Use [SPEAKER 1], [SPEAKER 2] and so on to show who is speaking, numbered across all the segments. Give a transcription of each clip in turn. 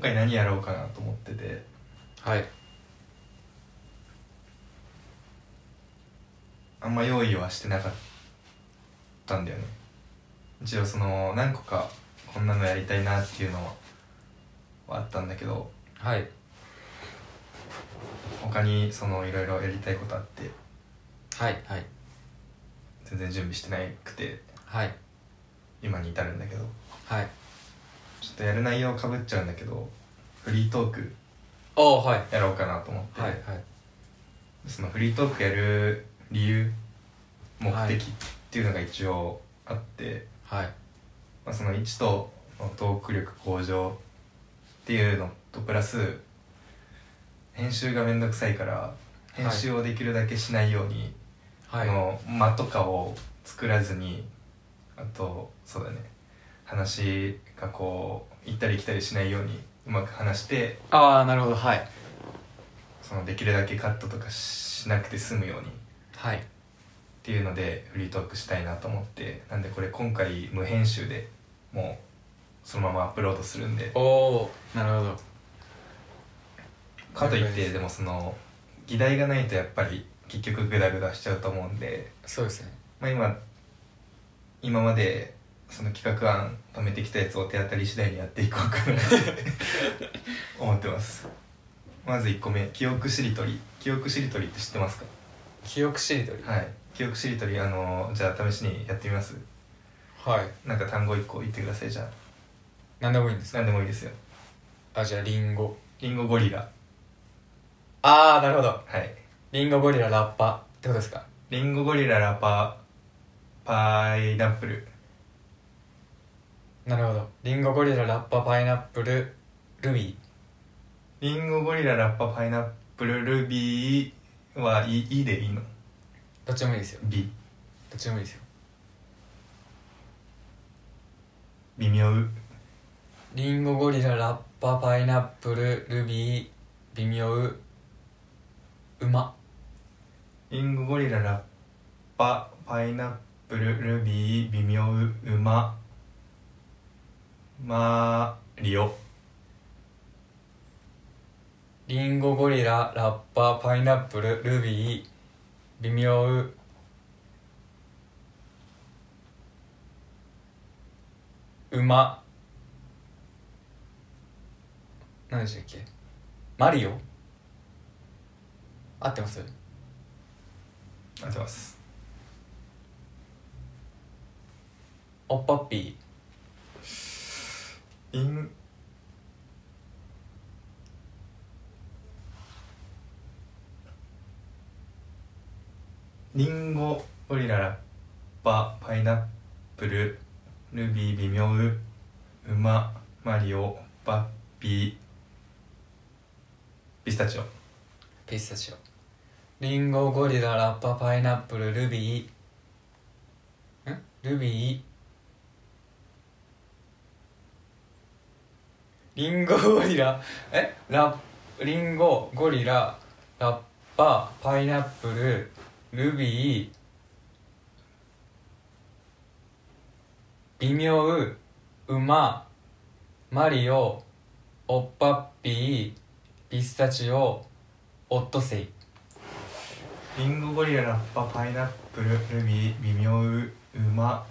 [SPEAKER 1] 回何やろうかなと思ってて
[SPEAKER 2] はい
[SPEAKER 1] あんま用意はしてなかったんだよね一応その何個かこんなのやりたいなっていうのははあったんだけど
[SPEAKER 2] はい
[SPEAKER 1] 他にそのいろいろやりたいことあって
[SPEAKER 2] はいはい
[SPEAKER 1] 全然準備してなくて
[SPEAKER 2] はい
[SPEAKER 1] 今に至るんだけど
[SPEAKER 2] はい
[SPEAKER 1] ちょっとやる内容かぶっちゃうんだけどフリートーク
[SPEAKER 2] ああはい
[SPEAKER 1] やろうかなと思って、
[SPEAKER 2] はいはい
[SPEAKER 1] そのフリートークやる理由目
[SPEAKER 2] はい
[SPEAKER 1] 的っていうのが一応あって、
[SPEAKER 2] はい
[SPEAKER 1] まあ、その1とのトーク力向上っていうのとプラス編集がめんどくさいから
[SPEAKER 2] い
[SPEAKER 1] 編集をできるだけしないように、
[SPEAKER 2] はい
[SPEAKER 1] あの間とかを作らずにあとそうだね話がこう行ったり来たりしないようにうまく話して
[SPEAKER 2] ああなるほどはい
[SPEAKER 1] そのできるだけカットとかしなくて済むようにっ
[SPEAKER 2] はい
[SPEAKER 1] ていうのでフリートークしたいなと思ってなんでこれ今回無編集でもうそのままアップロードするんで
[SPEAKER 2] おおなるほど
[SPEAKER 1] かといっ
[SPEAKER 2] 了解で
[SPEAKER 1] て
[SPEAKER 2] す
[SPEAKER 1] でもその議題がないとやっぱり結局グダグダしちゃうと思うんで、
[SPEAKER 2] そうですね
[SPEAKER 1] まあ、今今までその企画案貯めてきたやつを手当たり次第にやっていこう かなって思ってますまず1個目記憶しりとり記憶しりとりって知ってますか
[SPEAKER 2] 記憶しりとり
[SPEAKER 1] はい記憶しりとりあのじゃあ試しにやってみます
[SPEAKER 2] はい
[SPEAKER 1] なんか単語1個言ってくださいじゃあ
[SPEAKER 2] 何でもいいんですか
[SPEAKER 1] 何でもいいですよ
[SPEAKER 2] あじゃあリンゴ
[SPEAKER 1] リンゴゴリラ
[SPEAKER 2] ああなるほど
[SPEAKER 1] はい
[SPEAKER 2] リンゴゴリララッパってことですか
[SPEAKER 1] リンゴゴリララパパイナップル
[SPEAKER 2] なるほどリンゴゴリララッパパイナップルルビ
[SPEAKER 1] リンゴゴリララッパパイナップルルビーは「い」いでいいの
[SPEAKER 2] ーどっちでもいいですよ
[SPEAKER 1] 「ビ
[SPEAKER 2] どっちでもいいですよ」
[SPEAKER 1] 微妙
[SPEAKER 2] リンゴゴリララッパパイナップルルビー微妙う馬
[SPEAKER 1] リンゴゴリララッパパイナップルルビー微妙うまマリオ
[SPEAKER 2] リンゴゴリララッパパイナップルルビー微妙う馬何でしたっけマリオ合ってます
[SPEAKER 1] あってます
[SPEAKER 2] おっぱっぴー
[SPEAKER 1] リンリンゴゴリララッパパイナップルルビー微妙う馬マリオバッピーピスタチオ
[SPEAKER 2] ピスタチオリンゴゴリララッパパイナップルルビーんルビーリンゴゴリラえラッリンゴゴリララッパパイナップルルビー微妙う馬マリオおっぱっぴーピスタチオオットセイ
[SPEAKER 1] リンゴゴリララッパパイナップルルビー微妙う馬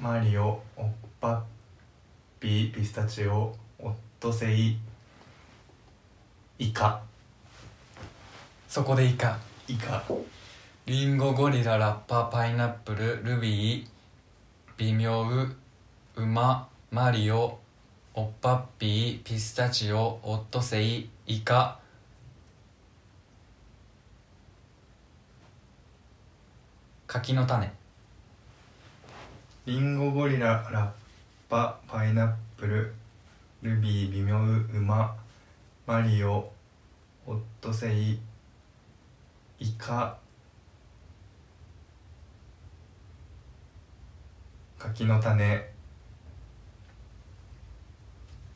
[SPEAKER 1] マリオオッパッピーピスタチオオットセイイカ
[SPEAKER 2] そこでイカ
[SPEAKER 1] イカ
[SPEAKER 2] リンゴゴリララッパパイナップルルビー微妙う馬マリオおっぱっぴーピスタチオオットセイイカ柿の種
[SPEAKER 1] リンゴゴリララッパパイナップルルビー微妙う馬マリオオットセイイカ柿の種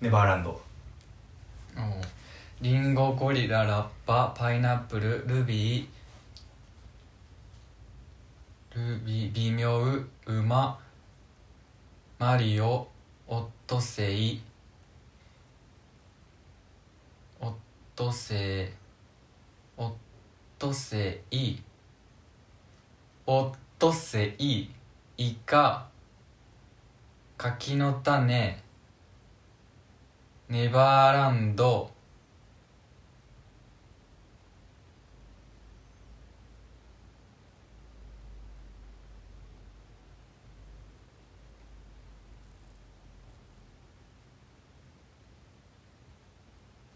[SPEAKER 1] ネバーランド
[SPEAKER 2] リンゴゴリララッパパイナップルルビールビー微妙う馬マリオオットセイとせいおっとせいおっとせいイカ柿の種ネバーランド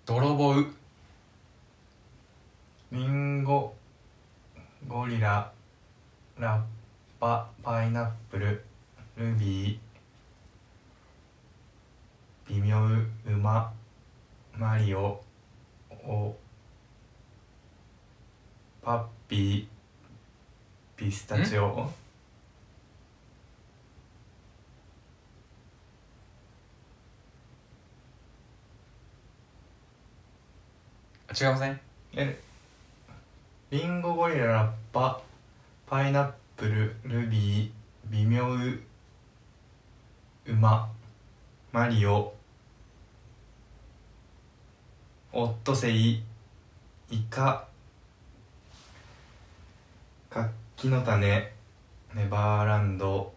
[SPEAKER 2] 泥棒う
[SPEAKER 1] リンゴゴリララッパパイナップルルビー微妙ウママリオおパッピーピスタチオ
[SPEAKER 2] 違いません
[SPEAKER 1] えリンゴゴリララッパパイナップルルビー微妙ウママリオオットセイイカ柿の種ネバーランド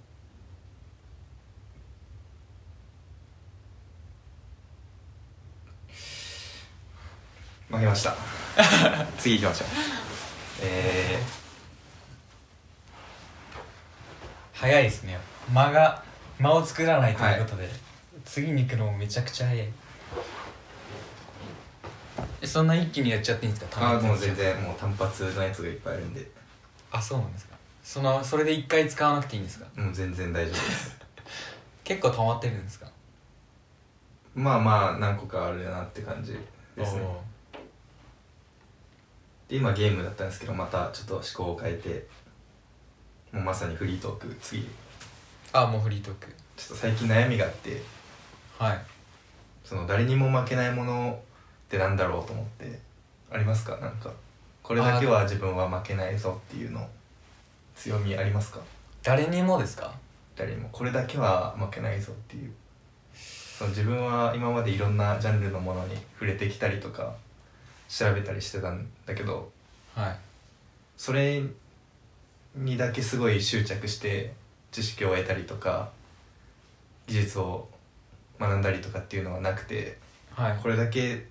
[SPEAKER 1] 負けました次行きましょうえ
[SPEAKER 2] 早いですね間が間を作らないということで、次に行くのもめちゃくちゃ早いえそんな一気にやっちゃっていいんです
[SPEAKER 1] ー、あ
[SPEAKER 2] か
[SPEAKER 1] ーもう全然もう単発のやつがいっぱいあるんで
[SPEAKER 2] あそうなんですかそのそれで一回使わなくていいんですか
[SPEAKER 1] もう全然大丈夫 です
[SPEAKER 2] 結構溜まってるんですか
[SPEAKER 1] まあまあ何個かあるなって感じですねで今ゲームだったんですけどまたちょっと思考を変えてもうまさにフリートーク次ちょ
[SPEAKER 2] あもうフリートーク
[SPEAKER 1] っと最近悩みがあって
[SPEAKER 2] はい
[SPEAKER 1] その誰にも負けないものってなんだろうと思ってありますかなんかこれだけは自分は負けないぞっていうの強みありますか
[SPEAKER 2] 誰にもですか
[SPEAKER 1] 誰にもこれだけは負けないぞっていうその自分は今までいろんなジャンルのものに触れてきたりとか調べたりしてたんだけど
[SPEAKER 2] はい
[SPEAKER 1] それにだけすごい執着して知識を得たりとか技術を学んだりとかっていうのはなくて
[SPEAKER 2] はい
[SPEAKER 1] これだけ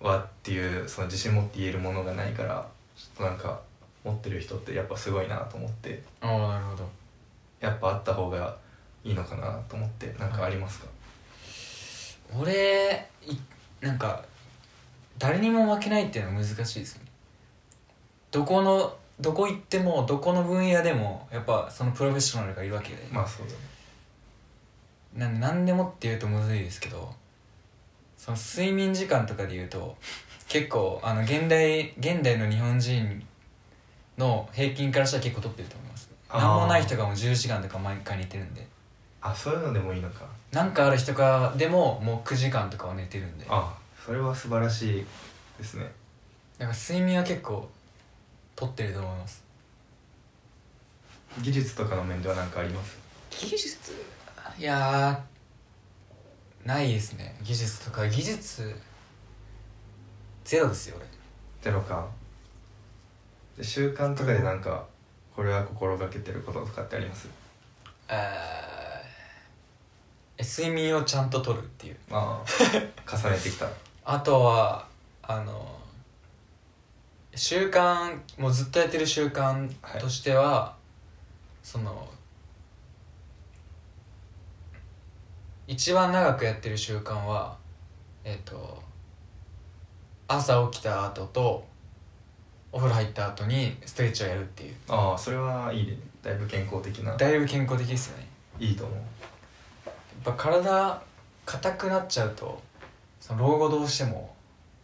[SPEAKER 1] はっていうその自信持って言えるものがないからちょっとなんか持ってる人ってやっぱすごいなと思って
[SPEAKER 2] ああなるほど
[SPEAKER 1] やっぱあった方がいいのかなと思ってなんかありますか、
[SPEAKER 2] 俺いなんか誰にも負けないっていうのは難しいですねどこのどこ行ってもどこの分野でもやっぱそのプロフェッショナルがいるわけで、
[SPEAKER 1] まあそうだね
[SPEAKER 2] な何でもって言うとむずいですけどその睡眠時間とかで言うと結構あの現代現代の日本人の平均からしたら結構取ってると思います
[SPEAKER 1] あー
[SPEAKER 2] 何もない人がもう10時間とか毎回寝てるんで
[SPEAKER 1] あそういうのでもいいのか
[SPEAKER 2] 何かある人がでももう9時間とかは寝てるんでだか
[SPEAKER 1] あそれは素晴らしいですね
[SPEAKER 2] ら睡眠は結構取ってると思います
[SPEAKER 1] 技術とかの面では何かあります
[SPEAKER 2] 技術いやーないですね技術とか技術ゼロですよ俺
[SPEAKER 1] ゼロかで習慣とかでなんかこれは心がけてることとかってあります
[SPEAKER 2] えー睡眠をちゃんととるっていう
[SPEAKER 1] ああ重ねてきた
[SPEAKER 2] あとはあの習慣もうずっとやってる習慣
[SPEAKER 1] はい
[SPEAKER 2] としては、その一番長くやってる習慣はえっ、と朝起きた後とお風呂入った後にストレッチをやるっていう
[SPEAKER 1] ああそれはいいねだいぶ健康的な
[SPEAKER 2] だいぶ健康的ですよね
[SPEAKER 1] いいと思う
[SPEAKER 2] やっぱ体硬くなっちゃうとその老後どうしても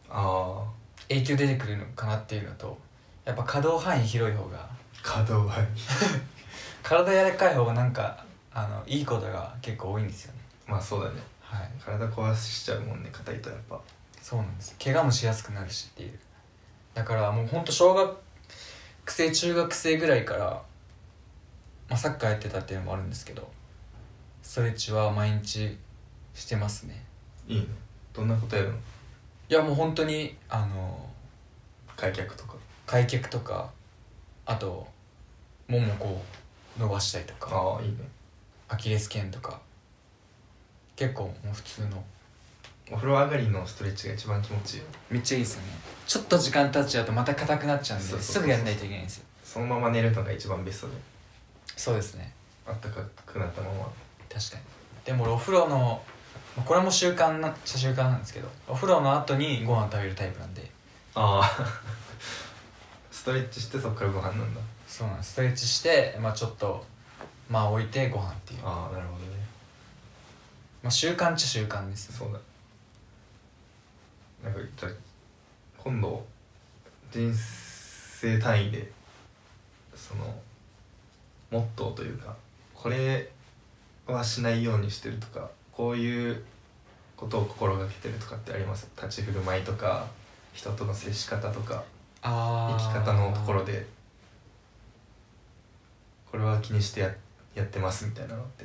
[SPEAKER 1] あ
[SPEAKER 2] 影響出てくるのかなっていうのとやっぱ可動範囲広い方が
[SPEAKER 1] あ可動範囲
[SPEAKER 2] 体柔らかい方がなんかあのいいことが結構多いんですよね
[SPEAKER 1] まあそうだね
[SPEAKER 2] はい
[SPEAKER 1] 体壊しちゃうもんね硬いとやっぱ
[SPEAKER 2] そうなんです怪我もしやすくなるしっていうだからもうほんと小学生中学生ぐらいから、まあ、サッカーやってたっていうのもあるんですけどストレッチは毎日してますね
[SPEAKER 1] いいねどんなことやるの
[SPEAKER 2] いいやもう本当にあの
[SPEAKER 1] 開脚とか
[SPEAKER 2] 開脚とかあとももこう伸ばしたりとか
[SPEAKER 1] ああいいね
[SPEAKER 2] アキレス腱とか結構もう普通の
[SPEAKER 1] お風呂上がりのストレッチが一番気持ちいいよ
[SPEAKER 2] めっちゃいいですよねちょっと時間経っちゃうとまた硬くなっちゃうん
[SPEAKER 1] そう
[SPEAKER 2] で
[SPEAKER 1] そうそうそう
[SPEAKER 2] すぐやんないといけないんですよ
[SPEAKER 1] そのまま寝るのが一番ベストで
[SPEAKER 2] そうですね
[SPEAKER 1] あったかくなったまま
[SPEAKER 2] 確かにでも俺お風呂のまあこれも習慣なっちゃ習慣なんですけどお風呂の後にご飯食べるタイプなんで
[SPEAKER 1] ああ ストレッチしてそっからご飯なんだ
[SPEAKER 2] そうなんですストレッチして、まあ、ちょっとまあ置いてご飯っていう
[SPEAKER 1] ああなるほどね
[SPEAKER 2] まあ、習慣っちゃ習慣ですね
[SPEAKER 1] そうだなんかじゃあ今度人生単位でそのモットーというかこれはしないようにしてるとかこういうことを心がけてるとかってあります立ち振る舞いとか人との接し方とか
[SPEAKER 2] あ
[SPEAKER 1] 生
[SPEAKER 2] ー
[SPEAKER 1] き方のところでこれは気にしてややってますみたいなのって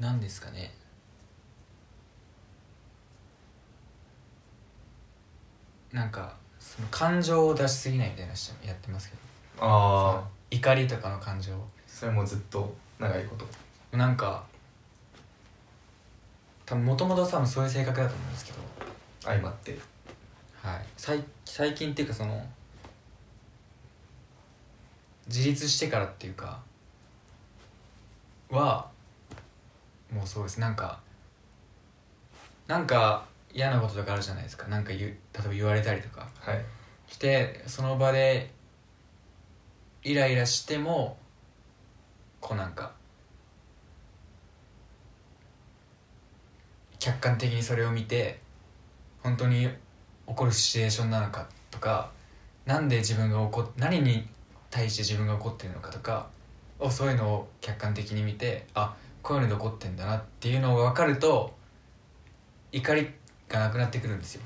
[SPEAKER 2] なんですかねなんかその感情を出しすぎないみたいなしてやってますけど
[SPEAKER 1] ああ
[SPEAKER 2] 怒りとかの感情
[SPEAKER 1] それもずっと長いこと
[SPEAKER 2] なんか多分もともと多分そういう性格だと思うんですけど、
[SPEAKER 1] 相まって
[SPEAKER 2] はい、最最近っていうかその自立してからっていうかはもうそうですなんかなんか嫌なこととかあるじゃないですかなんか言う例えば言われたりとか
[SPEAKER 1] はい
[SPEAKER 2] してその場でイライラしてもこうなんか客観的にそれを見て本当に怒るシチュエーションなのかとかなんで自分が怒っ何に対して自分が怒ってるのかとかをそういうのを客観的に見てあこういうので怒ってんだなっていうのが分かると怒りがなくなってくるんですよ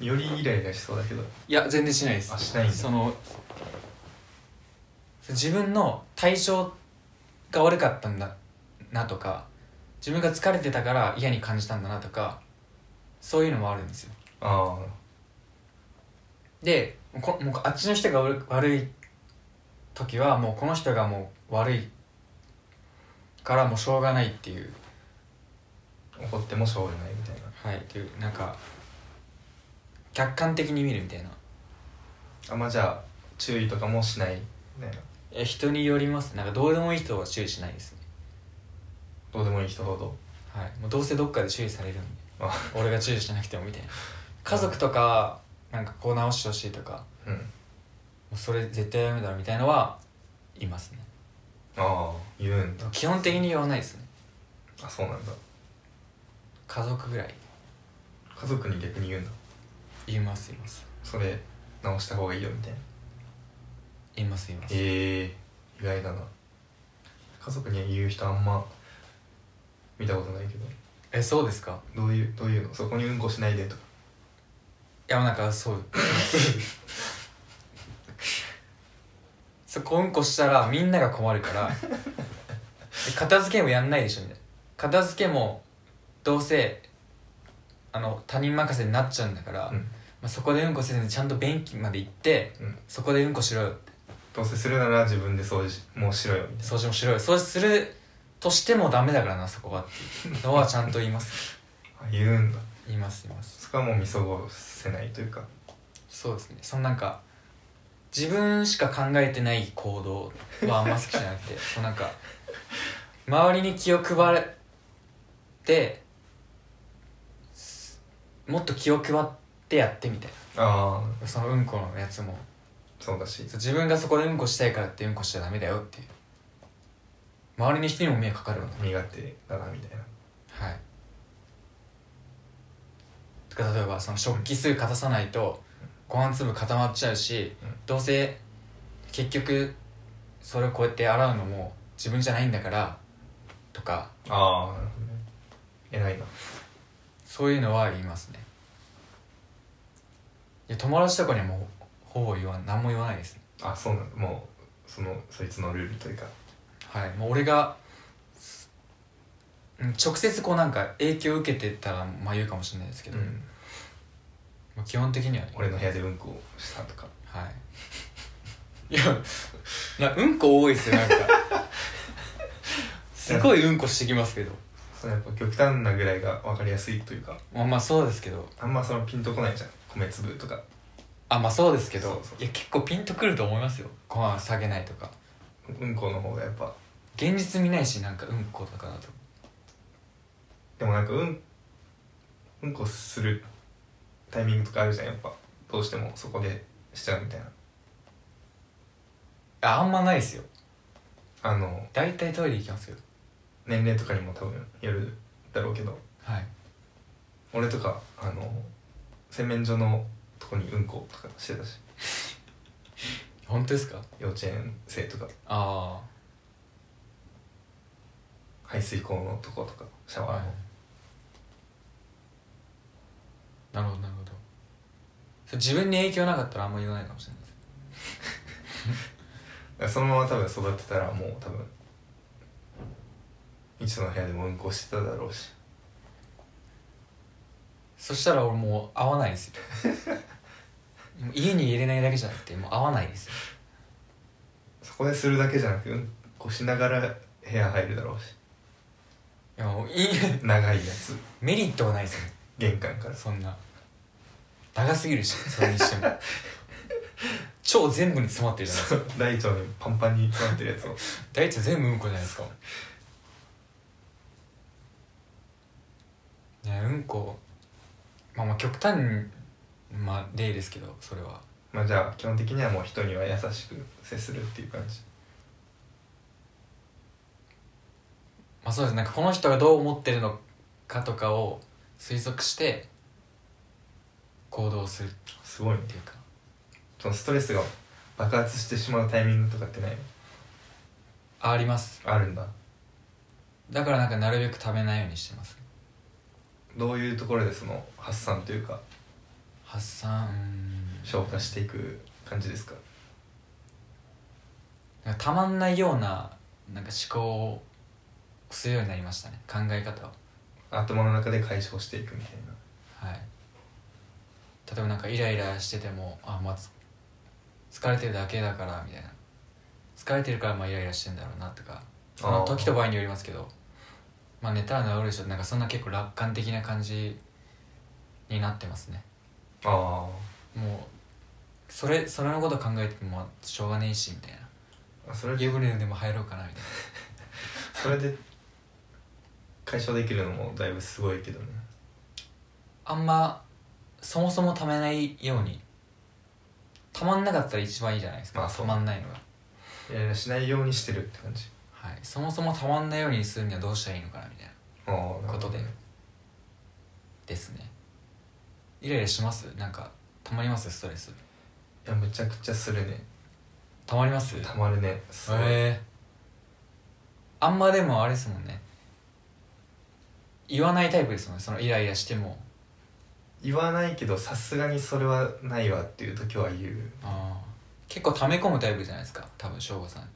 [SPEAKER 1] よりイライラしそうだけど
[SPEAKER 2] いや全然しないです
[SPEAKER 1] あしないんだ
[SPEAKER 2] その自分の対象が悪かったんだなとか自分が疲れてたから嫌に感じたんだなとかそういうのもあるんですよ
[SPEAKER 1] あ
[SPEAKER 2] でこもうあっちの人が悪悪い時はもうこの人がもう悪いからもうしょうがないっていう
[SPEAKER 1] あ怒ってもしょうがないみたいな
[SPEAKER 2] はいというなんか客観的に見るみたいな
[SPEAKER 1] あんまじゃあ注意とかもしないみたいな
[SPEAKER 2] え人によりますなんかどうでもいい人は注意しないですね
[SPEAKER 1] どうでもいい人ほど
[SPEAKER 2] はい、もうどうせどっかで注意されるんで
[SPEAKER 1] あ
[SPEAKER 2] 俺が注意しなくてもみたいな家族とかなんかこう直してほしいとか
[SPEAKER 1] うん
[SPEAKER 2] もうそれ絶対やめたらみたいのはいますね
[SPEAKER 1] ああ言うんだ
[SPEAKER 2] 基本的に言わないですね
[SPEAKER 1] あそうなんだ
[SPEAKER 2] 家族ぐらい
[SPEAKER 1] 家族に逆に言うんだ
[SPEAKER 2] 言います言います
[SPEAKER 1] それ直した方がいいよみたいな
[SPEAKER 2] 言います言います
[SPEAKER 1] ええ意外だな家族に言う人あんま見たことないけど
[SPEAKER 2] えそうですか
[SPEAKER 1] どういうどういうのそこにうんこしないでとか
[SPEAKER 2] いやなんかそう そこうんこしたらみんなが困るからで片付けもやんないでしょみたいな片付けもどうせあの他人任せになっちゃうんだから、
[SPEAKER 1] うん
[SPEAKER 2] まあ、そこでうんこせずにちゃんと便器まで行って
[SPEAKER 1] うん
[SPEAKER 2] そこでうんこしろよって
[SPEAKER 1] どうせするなら自分で掃除しもうしろよみたいな
[SPEAKER 2] 掃除もしろよ掃除するとしてもダメだからなそこはっていうのはちゃんと言います
[SPEAKER 1] あ言うんだ
[SPEAKER 2] 言います言います
[SPEAKER 1] そこはもう見過ごせないというか
[SPEAKER 2] そうですねそのなんか自分しか考えてない行動はあんま好きじゃなくて そうなんか周りに気を配ってすもっと気を配ってやってみたい
[SPEAKER 1] ああ
[SPEAKER 2] なそのうんこのやつも
[SPEAKER 1] そうだし
[SPEAKER 2] そう自分がそこでうんこしたいからってうんこしちゃダメだよっていう周りの人にも迷惑かかるよね
[SPEAKER 1] 身勝手だなみたいな
[SPEAKER 2] はいとか例えばその食器数かたさないとご飯粒固まっちゃうし、
[SPEAKER 1] うん
[SPEAKER 2] どうせ結局それをこうやって洗うのも自分じゃないんだからとか
[SPEAKER 1] ああなるほどね偉いな
[SPEAKER 2] そういうのは言いますねいや友達とかにはもうほぼ言わん何も言わないですね
[SPEAKER 1] あそうなのもうそのそいつのルールというか
[SPEAKER 2] はいもう俺がうん直接こうなんか影響を受けてたら迷うかもしれないですけ
[SPEAKER 1] う
[SPEAKER 2] ど、
[SPEAKER 1] ん、
[SPEAKER 2] まあ基本的には
[SPEAKER 1] 俺の部屋でうんこをしたとか
[SPEAKER 2] はいいやなうんこ多いです よなんかすごいうんこしてきますけど
[SPEAKER 1] そのやっぱ極端なぐらいが分かりやすいというか
[SPEAKER 2] まあまあそうですけど
[SPEAKER 1] あんまそのピンとこないじゃん米粒とか
[SPEAKER 2] あまあそうですけど
[SPEAKER 1] そうそう
[SPEAKER 2] いや結構ピンとくると思いますよご飯下げないとか
[SPEAKER 1] うんこの方がやっぱ
[SPEAKER 2] 現実見ないしなんかうんこだからと
[SPEAKER 1] でもなんかうんうんこするタイミングとかあるじゃんやっぱどうしてもそこでしちゃうみたいな
[SPEAKER 2] ああんまないですよ
[SPEAKER 1] あの
[SPEAKER 2] 大体トイレ行きますよ
[SPEAKER 1] 年齢とかにも多分よるだろうけど
[SPEAKER 2] はい
[SPEAKER 1] 俺とかあの洗面所のとこにうんことかしてたし
[SPEAKER 2] 本当ですか
[SPEAKER 1] 幼稚園生とか
[SPEAKER 2] あ
[SPEAKER 1] 排水口のとことかシャ
[SPEAKER 2] あ
[SPEAKER 1] ワーの、
[SPEAKER 2] いなるほどなるほどそれ自分に影響なかったらあんま言わないかもしれないです
[SPEAKER 1] だからそのまま多分育ってたらもう多分一つの部屋でもうんこしてただろうし
[SPEAKER 2] そしたら俺もう会わないですよ もう家に入れないだけじゃなくてもう会わないですよ
[SPEAKER 1] そこでするだけじゃなくうんこしながら部屋入るだろうし
[SPEAKER 2] いやもういい
[SPEAKER 1] 長いやつ
[SPEAKER 2] メリットはないですよ
[SPEAKER 1] 玄関から
[SPEAKER 2] そんな長すぎるしそれにしても 腸全部に詰まってるじゃない
[SPEAKER 1] そ
[SPEAKER 2] ですか
[SPEAKER 1] う大腸にパンパンに詰まってるやつを
[SPEAKER 2] 大腸全部うんこじゃないですかねうんこまあまあ極端にまあ例ですけどそれは
[SPEAKER 1] まあじゃあ基本的にはもう人には優しく接するっていう感じ
[SPEAKER 2] まあそうですなんかこの人がどう思ってるのかとかを推測して行動するっ
[SPEAKER 1] すごいね
[SPEAKER 2] ていうか
[SPEAKER 1] そのストレスが爆発してしまうタイミングとかってない
[SPEAKER 2] ああります
[SPEAKER 1] あるんだ
[SPEAKER 2] だからなんかなるべく食べないようにしてます
[SPEAKER 1] どういうところでその発散というか
[SPEAKER 2] 発散うん
[SPEAKER 1] 消化していく感じですか
[SPEAKER 2] なんかたまんないようななんか思考をするようになりましたね考え方を
[SPEAKER 1] 頭の中で解消していくみたいな
[SPEAKER 2] はい例えばなんかイライラしててもあまあつ疲れてるだけだからみたいな疲れてるからまあイライラしてんだろうなとかその時と場合によりますけどまあ寝たら治るでしょなんかそんな結構楽観的な感じになってますね
[SPEAKER 1] あ
[SPEAKER 2] もうそれそれのこと考えてもしょうがねえしみたいな
[SPEAKER 1] ーあそれで
[SPEAKER 2] 湯船でも入ろうかなみたい
[SPEAKER 1] それで解消できるのもだいぶすごいけどね
[SPEAKER 2] なあんまそもそもためないようにたまんなかったら一番いいじゃないですか、
[SPEAKER 1] まあそう
[SPEAKER 2] たまんないのが
[SPEAKER 1] イライラしないようにしてるって感じ
[SPEAKER 2] はい、そもそもたまんないようにするにはどうしたらいいのかなみたいな
[SPEAKER 1] ああ
[SPEAKER 2] ことでですねイライラしますなんかたまりますストレス
[SPEAKER 1] いやむちゃくちゃするね
[SPEAKER 2] たまります
[SPEAKER 1] たまるねすごい、
[SPEAKER 2] えー、あんまでもあれですもんね言わないタイプですもんねそのイライラしても
[SPEAKER 1] 言わないけどさすがにそれはないわっていう時は言う
[SPEAKER 2] あー結構ため込むタイプじゃないですか多分省吾さん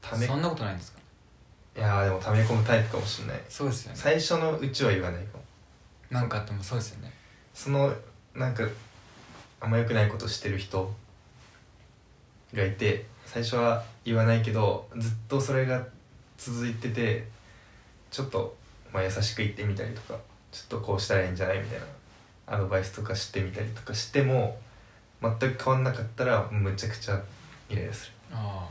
[SPEAKER 1] ためい
[SPEAKER 2] そんなことないんですか
[SPEAKER 1] やーでもため込むタイプかもしれない
[SPEAKER 2] そうですよね
[SPEAKER 1] 最初のうちは言わないかも
[SPEAKER 2] なんかあってもそうですよね
[SPEAKER 1] そのなんかあんま良くないことしてる人がいて最初は言わないけどずっとそれが続いててちょっと、まあ、優しく言ってみたりとかちょっとこうしたらいいんじゃないみたいなアドバイスとかしてみたりとかしても全く変わんなかったらむちゃくちゃイライラす
[SPEAKER 2] ああ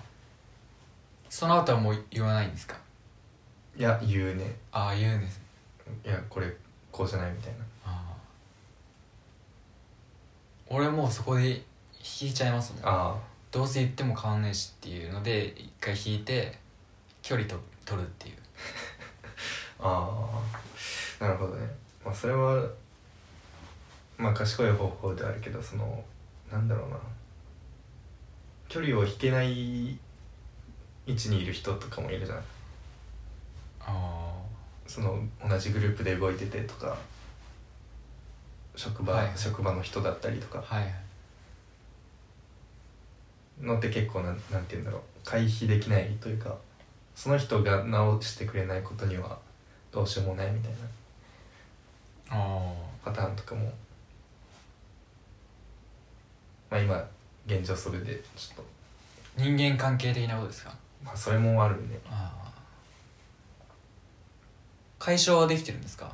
[SPEAKER 2] その後はもう言わないんですか
[SPEAKER 1] るいや言うね
[SPEAKER 2] ああ言うんです
[SPEAKER 1] いやこれこうじゃないみたいな
[SPEAKER 2] ああ俺もうそこで引いちゃいますもん
[SPEAKER 1] あ
[SPEAKER 2] どうせ言っても変わんないしっていうので一回引いて距離と取るっていう
[SPEAKER 1] あああなるほどねまあそれはまあ賢い方法ではあるけどそのなんだろうな距離を引けない位置にいる人とかもいるじゃん
[SPEAKER 2] あ
[SPEAKER 1] その同じグループで動いててとか職場、
[SPEAKER 2] はい
[SPEAKER 1] 職場の人だったりと
[SPEAKER 2] あ
[SPEAKER 1] か
[SPEAKER 2] はい
[SPEAKER 1] のって結構なんなんて言うんだろう回避できないというかその人が直してくれないことにはどうしようもないみたいな
[SPEAKER 2] あ
[SPEAKER 1] パターンとかもまあ今現状それでちょっと
[SPEAKER 2] ー人間関係的なことですか
[SPEAKER 1] まあそれもあるね
[SPEAKER 2] ああ解消はできてるんですか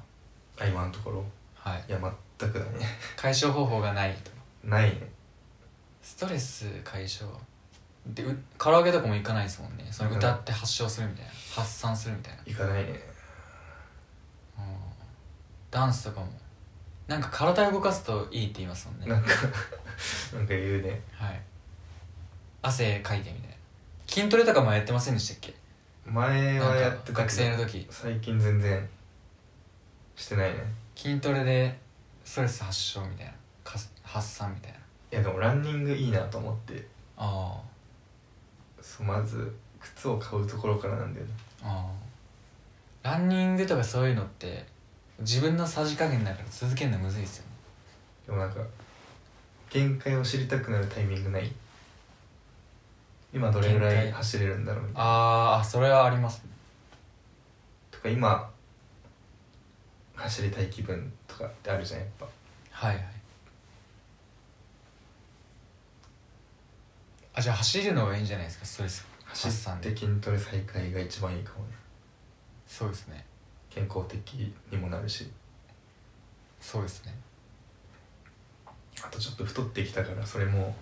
[SPEAKER 1] あ今のところ
[SPEAKER 2] はい
[SPEAKER 1] いや全くだね
[SPEAKER 2] 解消方法がないと
[SPEAKER 1] ないね
[SPEAKER 2] ストレス解消でうカラオケとかも行かないですもんねその歌って発症するみたいな発散するみたいな
[SPEAKER 1] 行かないね
[SPEAKER 2] うんダンスとかもなんか体動かすといいって言いますもんね
[SPEAKER 1] なんか なんか言うね
[SPEAKER 2] はい汗かいてみたいな筋トレとかもやってませんでしたっけ
[SPEAKER 1] 前はや
[SPEAKER 2] な
[SPEAKER 1] っ
[SPEAKER 2] ん
[SPEAKER 1] てた
[SPEAKER 2] か学
[SPEAKER 1] け
[SPEAKER 2] 生
[SPEAKER 1] ど
[SPEAKER 2] の時
[SPEAKER 1] 最近全然してないね
[SPEAKER 2] 筋トレでストレス発症みたいなかす発散みたいない
[SPEAKER 1] やでもランニングいいなと思って
[SPEAKER 2] あ
[SPEAKER 1] そうまず靴を買うところからなんだよね
[SPEAKER 2] ーあーランニングとかそういうのって自分のさじ加減だから続けるのむずいですよね
[SPEAKER 1] でもなんか限界を知りたくなるタイミングない今どれぐらい
[SPEAKER 2] 限界
[SPEAKER 1] 走れるんだろうみたいな
[SPEAKER 2] あーあそれはありますね
[SPEAKER 1] とか今走りたい気分とかってあるじゃんやっぱ
[SPEAKER 2] はいはいあじゃあ走るのがいいんじゃないですかストレス
[SPEAKER 1] 走
[SPEAKER 2] 発散
[SPEAKER 1] って
[SPEAKER 2] で
[SPEAKER 1] 筋トレ再開が一番いいかもね
[SPEAKER 2] そうですね
[SPEAKER 1] 健康的にもなるし
[SPEAKER 2] そうですね
[SPEAKER 1] あとちょっと太ってきたからそれも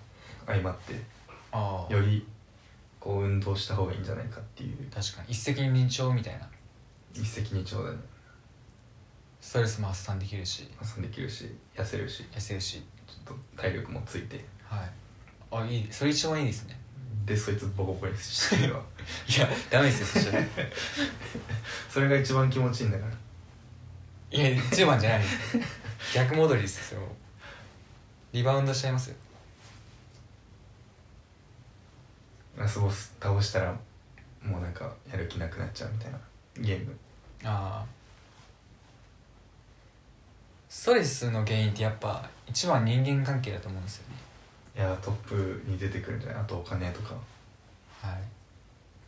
[SPEAKER 1] 相まって
[SPEAKER 2] ああ
[SPEAKER 1] よりこう運動した方がいいんじゃないかっていう
[SPEAKER 2] 確かに一石二鳥みたいな
[SPEAKER 1] 一石二鳥だね
[SPEAKER 2] ストレスも発散できるし
[SPEAKER 1] 発散できるし痩せるし
[SPEAKER 2] 痩せるし
[SPEAKER 1] ちょっと体力もついて
[SPEAKER 2] はいあいいそれ一番いいですね
[SPEAKER 1] でそいつボコボコにして るわ
[SPEAKER 2] いやダメですよそしたらい
[SPEAKER 1] それが一番気持ちいいんだから
[SPEAKER 2] や一番じゃないです逆戻りですよリバウンドしちゃいますよ
[SPEAKER 1] ラスボス倒したらもうなんかやる気なくなっちゃうみたいなゲーム
[SPEAKER 2] ああストレスの原因ってやっぱ一番人間関係だと思うんですよね
[SPEAKER 1] いやートップに出てくるんじゃないあとお金とか
[SPEAKER 2] はい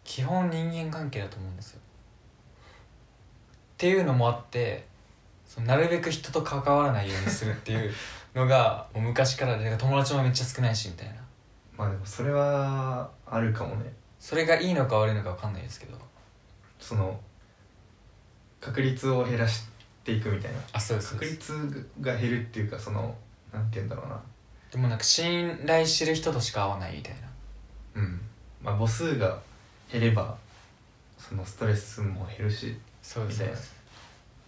[SPEAKER 2] 基本人間関係だと思うんですよっていうのもあってそのなるべく人と関わらないようにするっていうのがもう昔からでだから友達もめっちゃ少ないしみたいな
[SPEAKER 1] まあでもそれはあるかもね
[SPEAKER 2] それがいいのか悪いのか分かんないですけど
[SPEAKER 1] その確率を減らしていくみたいな
[SPEAKER 2] あそうですそう
[SPEAKER 1] 確
[SPEAKER 2] です
[SPEAKER 1] 率が減るっていうかそのなんて言うんだろうな
[SPEAKER 2] でもなんか信頼してる人としか会わないみたいな
[SPEAKER 1] うんまあ母数が減ればそのストレスも減るし
[SPEAKER 2] そうです
[SPEAKER 1] みた
[SPEAKER 2] そう
[SPEAKER 1] い
[SPEAKER 2] で
[SPEAKER 1] な
[SPEAKER 2] す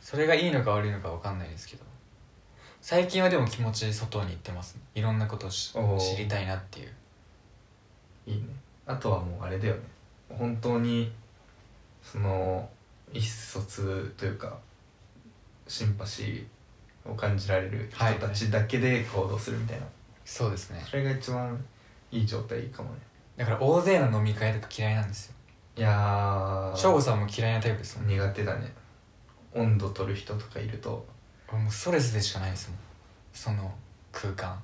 [SPEAKER 2] それがいいのか悪いのか分かんないですけど最近はでも気持ち外に行ってますねいろんなことをし
[SPEAKER 1] おー
[SPEAKER 2] 知りたいなっていう
[SPEAKER 1] いいねあとはもうあれだよね本当にその意思疎通というかシンパシーを感じられる人たちだけで行動するみたいな、
[SPEAKER 2] そうですね
[SPEAKER 1] それが一番いい状態かもね
[SPEAKER 2] だから大勢の飲み会とか嫌いなんですよ
[SPEAKER 1] いやー
[SPEAKER 2] 省吾さんも嫌いなタイプですもんね
[SPEAKER 1] 苦手だね温度取る人とかいると
[SPEAKER 2] 俺もうストレスでしかないですもんその空間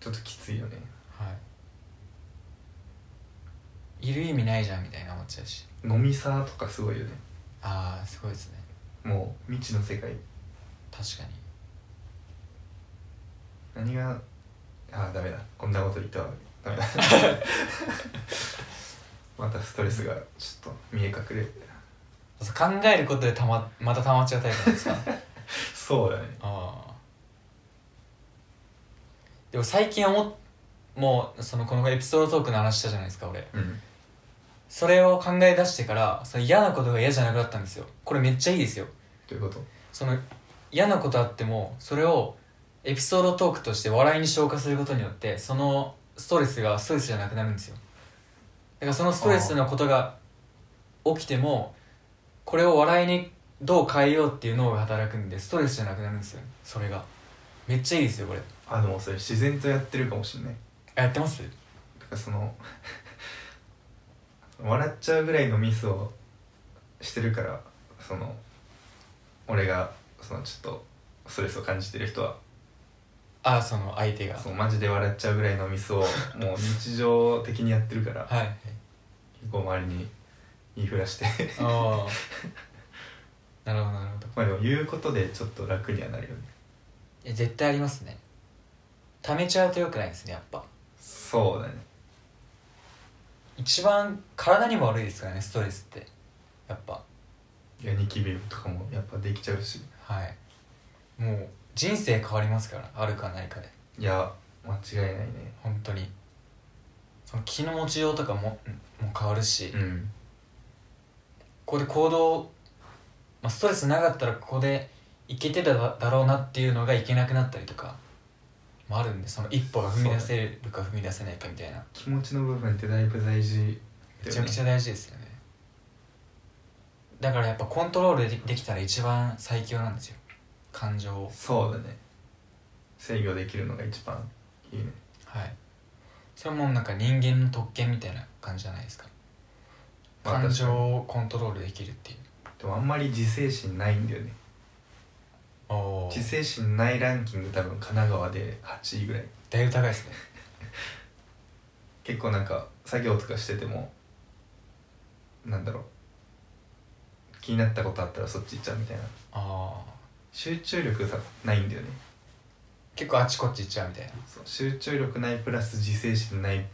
[SPEAKER 1] ちょっときついよね
[SPEAKER 2] はいいる意味ないじゃんみたいな思っちゃうし
[SPEAKER 1] 飲みさとかすごいよね
[SPEAKER 2] ああすごいですね
[SPEAKER 1] もう未知の世界
[SPEAKER 2] 確かに
[SPEAKER 1] 何がああダメだこんなこと言ったらダメだまたストレスがちょっと見え隠れ
[SPEAKER 2] そう考えることでたままた溜まっちゃうタイプなんですか
[SPEAKER 1] そうだね
[SPEAKER 2] ああでも最近思っもうそのこのエピソードトークの話したじゃないですか俺
[SPEAKER 1] うん
[SPEAKER 2] それを考え出してからその嫌なことが嫌じゃなくなったんですよこれめっちゃいいですよ
[SPEAKER 1] ということ
[SPEAKER 2] その嫌なことあってもそれをエピソードトークとして笑いに消化することによってそのストレスがストレスじゃなくなるんですよだからそのストレスのことが起きてもこれを笑いにどう変えようっていう脳が働くんでストレスじゃなくなるんですよそれがめっちゃいいですよこれ
[SPEAKER 1] あでもそれ自然とやってるかもしんない
[SPEAKER 2] あやってます
[SPEAKER 1] だからその 笑っちゃうぐらいのミスをしてるからその俺がそのちょっとストレスを感じてる人は
[SPEAKER 2] あその相手が
[SPEAKER 1] そのマジで笑っちゃうぐらいのミスをもう日常的にやってるから
[SPEAKER 2] はい
[SPEAKER 1] 結構周りに言いふらして
[SPEAKER 2] ああ なるほどなるほど
[SPEAKER 1] まあでも言うことでちょっと楽にはなるよね
[SPEAKER 2] え絶対ありますね貯めちゃうと良くないですねやっぱ
[SPEAKER 1] そうだね
[SPEAKER 2] 一番体にも悪いですからねストレスってやっぱ
[SPEAKER 1] いやニキビとかもやっぱできちゃうし
[SPEAKER 2] はいもう人生変わりますからあるかないかで
[SPEAKER 1] いや間違いないね
[SPEAKER 2] 本当にその気の持ちようとかももう変わるし、こ
[SPEAKER 1] ん
[SPEAKER 2] こで行動、まあ、ストレスなかったらここでいけてただだろうなっていうのがいけなくなったりとかもあるんでその一歩が踏み出せるか踏み出せないかみたいな
[SPEAKER 1] 気持ちの部分ってだいぶ大事だよね
[SPEAKER 2] めちゃくちゃ大事ですよねだからやっぱコントロールできできたら一番最強なんですよ感情を
[SPEAKER 1] そうだね制御できるのが一番いいね
[SPEAKER 2] はいそれもなんか人間の特権みたいな感じじゃないですか
[SPEAKER 1] まあ
[SPEAKER 2] 感情
[SPEAKER 1] 確か
[SPEAKER 2] をコントロールできるっていう
[SPEAKER 1] でもあんまり自制心ないんだよね
[SPEAKER 2] お
[SPEAKER 1] 自制心ないランキング多分神奈川で8位ぐらい
[SPEAKER 2] だいぶ高いですね
[SPEAKER 1] 結構なんか作業とかしててもなんだろう気になったことあったらそっち行っちゃうみたいな
[SPEAKER 2] ああ
[SPEAKER 1] 集中力さないんだよね
[SPEAKER 2] 結構あちこち行っちゃうみたいな
[SPEAKER 1] そう集中力ないプラス自制心ない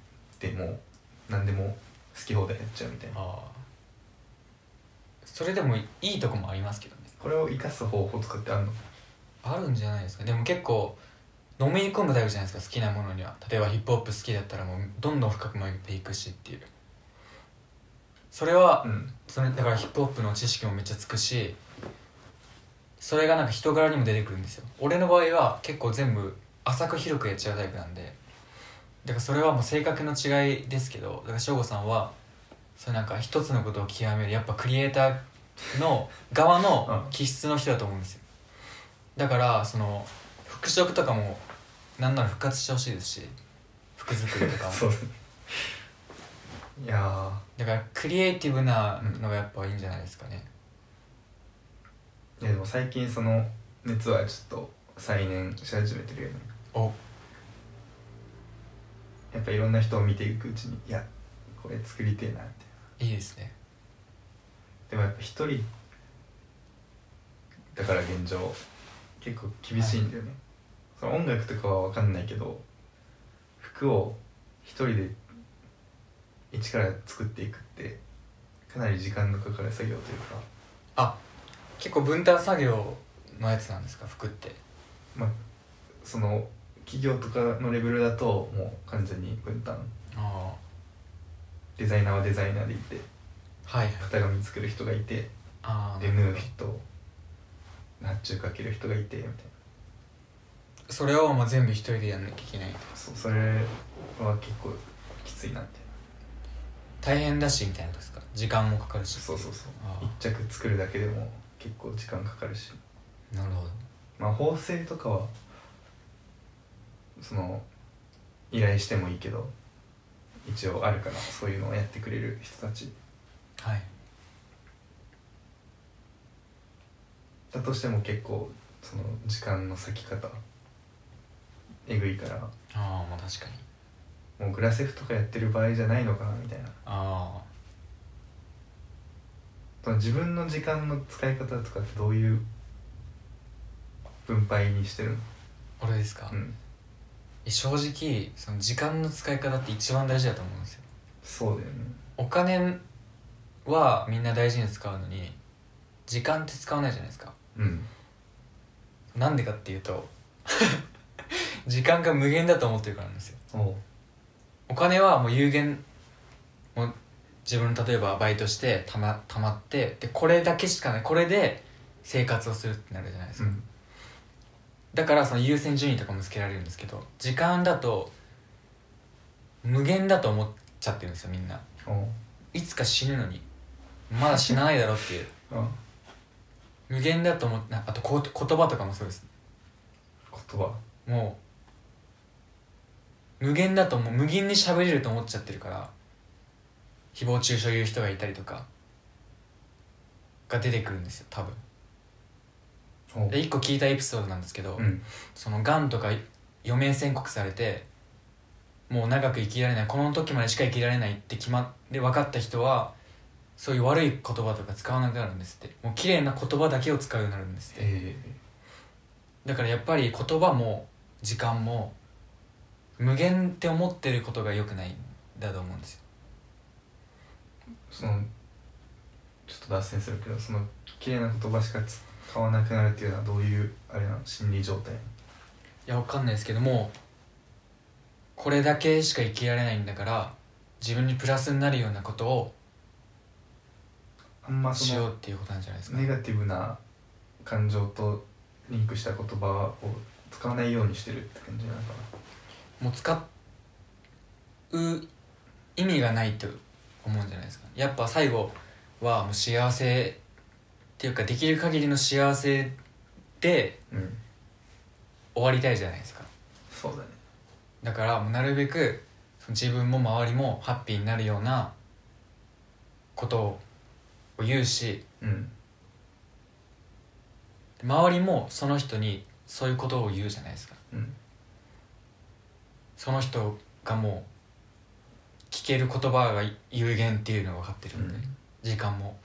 [SPEAKER 1] でもう何でも好き放題やっちゃうみたいな
[SPEAKER 2] ああそれでもいいとこもありますけどね
[SPEAKER 1] これを生かす方法とかってあるの
[SPEAKER 2] あるんじゃないですかでも結構のめり込むタイプじゃないですか好きなものには例えばヒップホップ好きだったらもうどんどん深くまでいくしっていうそれは
[SPEAKER 1] うん
[SPEAKER 2] それだからヒップホップの知識もめっちゃつくしそれがなんか人柄にも出てくるんですよ俺の場合は結構全部浅く広くやっちゃうタイプなんでだからそれはもう性格の違いですけどだから省吾さんはそれなんか一つのことを極めるやっぱクリエイターの側の
[SPEAKER 1] うん
[SPEAKER 2] 気質の人だと思うんですよだからその服飾とかもなんなら復活してほしいですし服作りとか も
[SPEAKER 1] そうだねいやー
[SPEAKER 2] だからクリエイティブなのがやっぱいいんじゃないですかね
[SPEAKER 1] いやでも最近その熱はちょっと再燃し始めてるよね
[SPEAKER 2] お
[SPEAKER 1] やっぱいろんな人を見ていくうちにいやこれ作りてえなって
[SPEAKER 2] いいですね
[SPEAKER 1] でもやっぱ一人だから現状結構厳しいんだよね、その音楽とかは分かんないけど服を一人で一から作っていくってかなり時間のかかる作業というか
[SPEAKER 2] あ結構分担作業のやつなんですか服って
[SPEAKER 1] まあその企業とかのレベルだともう完全に分担
[SPEAKER 2] あ
[SPEAKER 1] デザイナーはデザイナーでいて
[SPEAKER 2] あはいはい
[SPEAKER 1] 型紙作る人がいて
[SPEAKER 2] あ
[SPEAKER 1] で
[SPEAKER 2] ー
[SPEAKER 1] 縫う人発注かける人がいてみたいな
[SPEAKER 2] それをもう全部一人でやんなきゃいけない
[SPEAKER 1] そうそれは結構きついなみたいな
[SPEAKER 2] 大変だしみたいなことですか時間もかかるし
[SPEAKER 1] そうそうそう
[SPEAKER 2] あ
[SPEAKER 1] 一着作るだけでも結構時間かかるし
[SPEAKER 2] あなるほど
[SPEAKER 1] まあ縫製とかはその依頼してもいいけど一応あるからそういうのをやってくれる人たち
[SPEAKER 2] はい
[SPEAKER 1] だとしても結構その時間の割き方えぐいから
[SPEAKER 2] ああまあ確かに
[SPEAKER 1] もうグラセフとかやってる場合じゃないのかなみたいな
[SPEAKER 2] あ
[SPEAKER 1] その自分の時間の使い方とかってどういう分配にしてるの、
[SPEAKER 2] あ俺ですか、
[SPEAKER 1] うん、
[SPEAKER 2] え正直その時間の使い方って一番大事だと思うんですよ
[SPEAKER 1] そうだよね
[SPEAKER 2] お金はみんな大事に使うのに時間って使わないじゃないですか
[SPEAKER 1] うん
[SPEAKER 2] なんでかっていうと 時間が無限だと思ってるからなんですよ
[SPEAKER 1] おう
[SPEAKER 2] お金はもう有限もう自分の例えばバイトしてたまたまってでこれだけしかないこれで生活をするってなるじゃないです
[SPEAKER 1] う
[SPEAKER 2] か、
[SPEAKER 1] ん
[SPEAKER 2] だからその優先順位とかもつけられるんですけど時間だと無限だと思っちゃってるんですよみんな
[SPEAKER 1] おう
[SPEAKER 2] いつか死ぬのにまだ死なないだろうっていう
[SPEAKER 1] あ
[SPEAKER 2] 無限だと思ってなあとこう言葉とかもそうです
[SPEAKER 1] 言葉
[SPEAKER 2] もう無限だともう無限に喋れると思っちゃってるから誹謗中傷言う人がいたりとかが出てくるんですよ多分
[SPEAKER 1] おう
[SPEAKER 2] で1個聞いたエピソードなんですけど、
[SPEAKER 1] うん
[SPEAKER 2] そのがんとか余命宣告されてもう長く生きられないこの時までしか生きられないって決まって分かった人はそういう悪い言葉とか使わなくなるんですってもう綺麗な言葉だけを使うようになるんですって
[SPEAKER 1] え
[SPEAKER 2] だからやっぱり言葉も時間も無限って思ってることが良くないんだと思うんですよ
[SPEAKER 1] そのちょっと脱線するけどその綺麗な言葉しか使わなくなるっていうのはどういうあれなの心理状態
[SPEAKER 2] いやわかんないですけどもこれだけしか生きられないんだから自分にプラスになるようなことを
[SPEAKER 1] あんま
[SPEAKER 2] し
[SPEAKER 1] そ
[SPEAKER 2] よ
[SPEAKER 1] の
[SPEAKER 2] うっていうことなんじゃないですか、
[SPEAKER 1] ネガティブな感情とリンクした言葉を使わないようにしてるって感じなのか
[SPEAKER 2] もう使う意味がないと思うんじゃないですかやっぱ最後はもう幸せっていうかできる限りの幸せで
[SPEAKER 1] なうん
[SPEAKER 2] 終わりたいじゃないですか
[SPEAKER 1] そうだね
[SPEAKER 2] だからもうなるべくその自分も周りもハッピーになるようなことを言うし
[SPEAKER 1] うん
[SPEAKER 2] 周りもその人にそういうことを言うじゃないですか
[SPEAKER 1] うん
[SPEAKER 2] その人がもう聞ける言葉が有限っていうのが分かってるんで、
[SPEAKER 1] うん
[SPEAKER 2] 時間も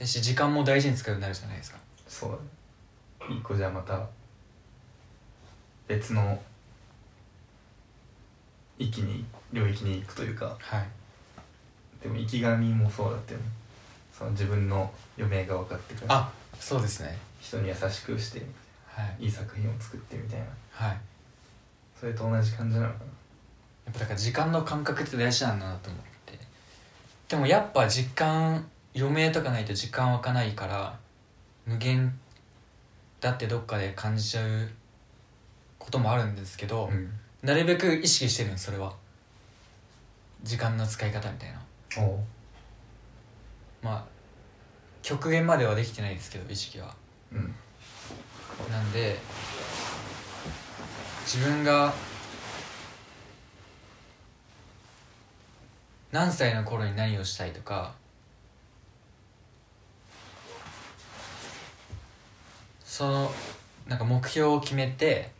[SPEAKER 2] だし時間も大事に使うようになるじゃないですか
[SPEAKER 1] そうだね一個じゃあまた別の域に領域に行くというか
[SPEAKER 2] はい
[SPEAKER 1] でも生き神もそうだったよねその自分の余命が分かってから
[SPEAKER 2] あそうですね
[SPEAKER 1] 人に優しくして
[SPEAKER 2] はい
[SPEAKER 1] いい作品を作ってみたいな
[SPEAKER 2] はいや
[SPEAKER 1] それと同じ感じなのか
[SPEAKER 2] っぱだから時間の感覚って大事なんだなと思ってでもやっぱ時間余命とかないと時間湧かないから無限だってどっかで感じちゃうこともあるんですけど、
[SPEAKER 1] なうん
[SPEAKER 2] なるべく意識してるんですそれは時間の使い方みたいな
[SPEAKER 1] おう
[SPEAKER 2] まあ極限まではできてないですけど意識は
[SPEAKER 1] うん
[SPEAKER 2] なんで自分が何歳の頃に何をしたいとかそのなんか目標を決めて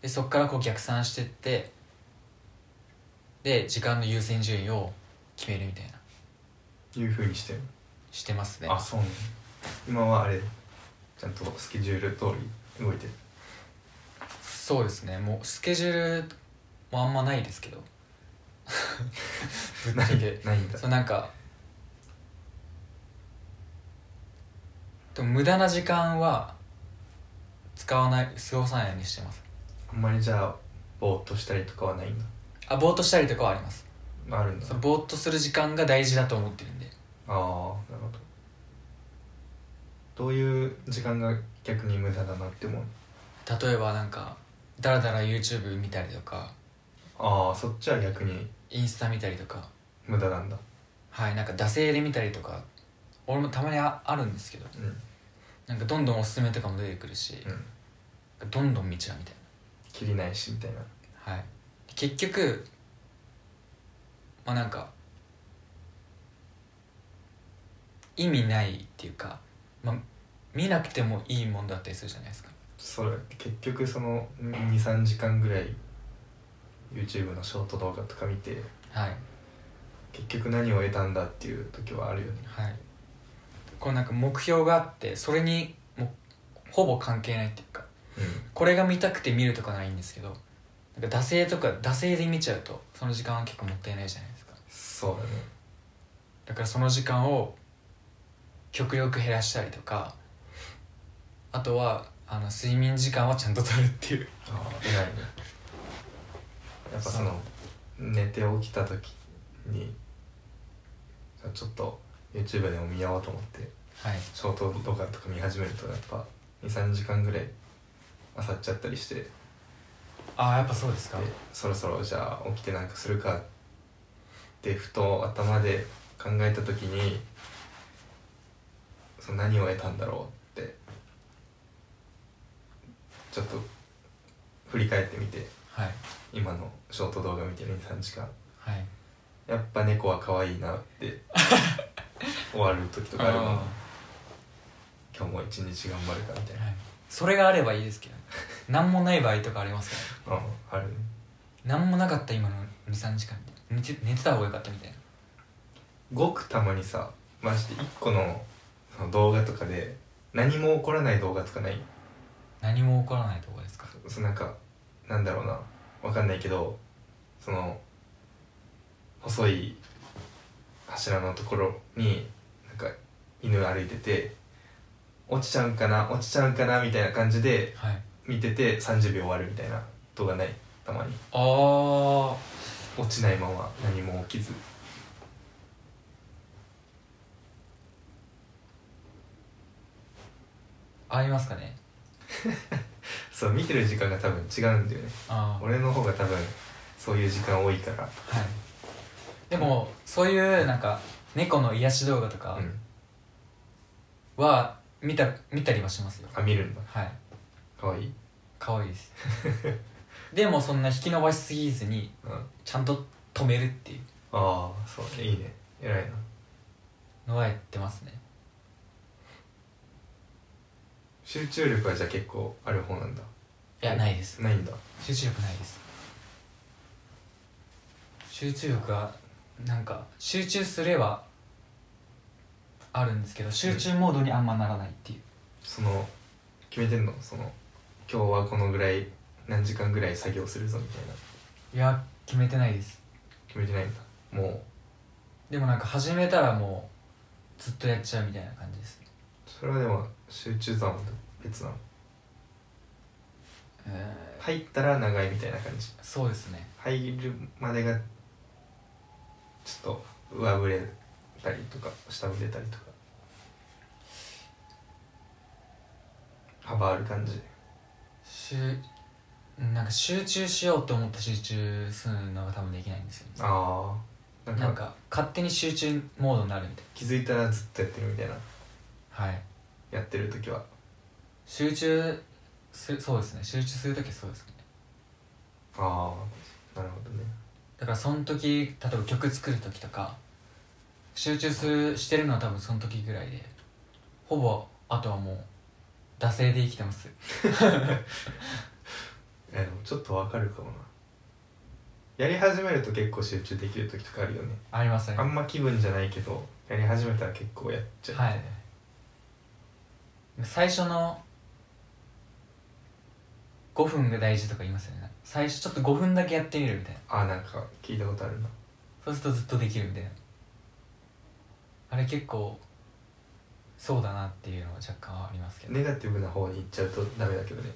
[SPEAKER 2] でそこからこう逆算してってで時間の優先順位を決めるみたいな
[SPEAKER 1] いうふうにしてる
[SPEAKER 2] してますね
[SPEAKER 1] あそうね今はあれちゃんとスケジュール通り動いてる
[SPEAKER 2] そうですねもうスケジュールもあんまないですけどぶっ
[SPEAKER 1] な
[SPEAKER 2] ちゃけ
[SPEAKER 1] いないんだ
[SPEAKER 2] そうなんかでも無駄な時間は使わない過ごさないようにしてます
[SPEAKER 1] あんまりじゃあぼーっとしたりとかはないんだ
[SPEAKER 2] あぼーっとしたりとかはあります
[SPEAKER 1] あるんだ
[SPEAKER 2] そ
[SPEAKER 1] あ
[SPEAKER 2] のぼーっとする時間が大事だと思ってるんで
[SPEAKER 1] あーなるほどどういう時間が逆に無駄だなって思う
[SPEAKER 2] 例えばなんかだらだら YouTube 見たりとか
[SPEAKER 1] ああそっちは逆に
[SPEAKER 2] インスタ見たりとか
[SPEAKER 1] 無駄なんだ
[SPEAKER 2] はいなんか惰性で見たりとか俺もたまにああるんですけど
[SPEAKER 1] うん
[SPEAKER 2] なんかどんどんおすすめとかも出てくるし、
[SPEAKER 1] うん
[SPEAKER 2] どんどん見ちゃうみたい
[SPEAKER 1] 切りないしみたいな
[SPEAKER 2] な、はい、結局まあなんか意味ないっていうか、まあ、見なくてもいいもんだったりするじゃないですか
[SPEAKER 1] それ結局その23時間ぐらい YouTube のショート動画とか見て
[SPEAKER 2] はい
[SPEAKER 1] 結局何を得たんだっていう時はあるよね
[SPEAKER 2] はいこうなんか目標があってそれにもうほぼ関係ないっていうかこれが見たくて見るとかないんですけどなんか惰性とか惰性で見ちゃうとその時間は結構もったいないじゃないですか
[SPEAKER 1] そうだね
[SPEAKER 2] だからその時間を極力減らしたりとかあとはあの睡眠時間はちゃんと取るっていう
[SPEAKER 1] ああ偉いねやっぱその寝て起きた時にちょっと YouTube でも見ようと思って
[SPEAKER 2] はい
[SPEAKER 1] ショート動画とか見始めるとやっぱ23時間ぐらい漁っちゃったりしてで
[SPEAKER 2] ああやっぱそうですか
[SPEAKER 1] そろそろじゃあ起きてなんかするかってふと頭で考えた時にその何を得たんだろうってちょっと振り返ってみて
[SPEAKER 2] はい
[SPEAKER 1] 今のショート動画見て23時間
[SPEAKER 2] はい
[SPEAKER 1] やっぱ猫は可愛いなって終わる時とかあるもん
[SPEAKER 2] あ
[SPEAKER 1] 今日も一日頑張るかみたい
[SPEAKER 2] ーはいそれがあればいいですけど何もない場合とかありますか
[SPEAKER 1] なうんあるね
[SPEAKER 2] ら何もなかった今の23時間で寝て寝てた方が良かったみたいな
[SPEAKER 1] ごくたまにさまして1個のその動画とかで何も起こらない動画とかない
[SPEAKER 2] 何も起こらないとこですか
[SPEAKER 1] そなんかなんだろうなわかんないけどその細い柱のところになんか犬歩いてて落ちちゃうんかな落ちちゃうんかなみたいな感じで
[SPEAKER 2] はい
[SPEAKER 1] 見てて30秒終わるみたいな動画ないたまに
[SPEAKER 2] あー
[SPEAKER 1] 落ちないまま何も起きず
[SPEAKER 2] ありますかね
[SPEAKER 1] そう見てる時間が多分違うんだよね
[SPEAKER 2] あー
[SPEAKER 1] 俺の方が多分そういう時間多いから
[SPEAKER 2] はいでもそういうなんか猫の癒し動画とか
[SPEAKER 1] うん
[SPEAKER 2] は見た見たりはしますよ
[SPEAKER 1] あ見るんだ
[SPEAKER 2] はい
[SPEAKER 1] かわいい
[SPEAKER 2] 可愛いですでもそんな引き伸ばしすぎずに
[SPEAKER 1] うんあ
[SPEAKER 2] ちゃんと止めるっていう
[SPEAKER 1] あそうねいいね偉いな
[SPEAKER 2] のはやってますね
[SPEAKER 1] 集中力はじゃあ結構ある方なんだ
[SPEAKER 2] いやないです
[SPEAKER 1] ないんだ
[SPEAKER 2] 集中力ないです集中力はなんか集中すればあるんですけど集中モードにあんまならないっていう
[SPEAKER 1] その決めてんのその今日はこのぐらい何時間ぐらい作業するぞみたいない
[SPEAKER 2] や決めてないです
[SPEAKER 1] 決めてないんだもう
[SPEAKER 2] でもなんか始めたらもうずっとやっちゃうみたいな感じですね
[SPEAKER 1] それはでも集中とはまた別なの
[SPEAKER 2] え
[SPEAKER 1] 入ったら長いみたいな感じ
[SPEAKER 2] ーそうですね
[SPEAKER 1] 入るまでがちょっと上振れたりとか下振れたりとか幅ある感じ
[SPEAKER 2] 集なんか集中しようと思って集中するのが多分できないんですよね
[SPEAKER 1] ああなんか
[SPEAKER 2] なんか勝手に集中モードになるみたい
[SPEAKER 1] 気づいたらずっとやってるみたいな
[SPEAKER 2] なはい
[SPEAKER 1] やってる時は
[SPEAKER 2] 集中するそうですね集中する時はそうですね
[SPEAKER 1] ああなるほどね
[SPEAKER 2] だからその時例えば曲作る時とか集中するしてるのは多分その時ぐらいでほぼあとはもう惰性で生きてます
[SPEAKER 1] えでもちょっとわかるかもなやり始めると結構集中できる時とかあるよね
[SPEAKER 2] ありますね
[SPEAKER 1] あんま気分じゃないけどやり始めたら結構やっちゃう、
[SPEAKER 2] はい最初の5分が大事とか言いますよね最初ちょっと5分だけやってみるみたいな
[SPEAKER 1] ああなんか聞いたことあるな
[SPEAKER 2] そうするとずっとできるみたいなあれ結構そうだなっていうのは若干はありますけど、
[SPEAKER 1] ネガティブな方に行っちゃうとダメだけどね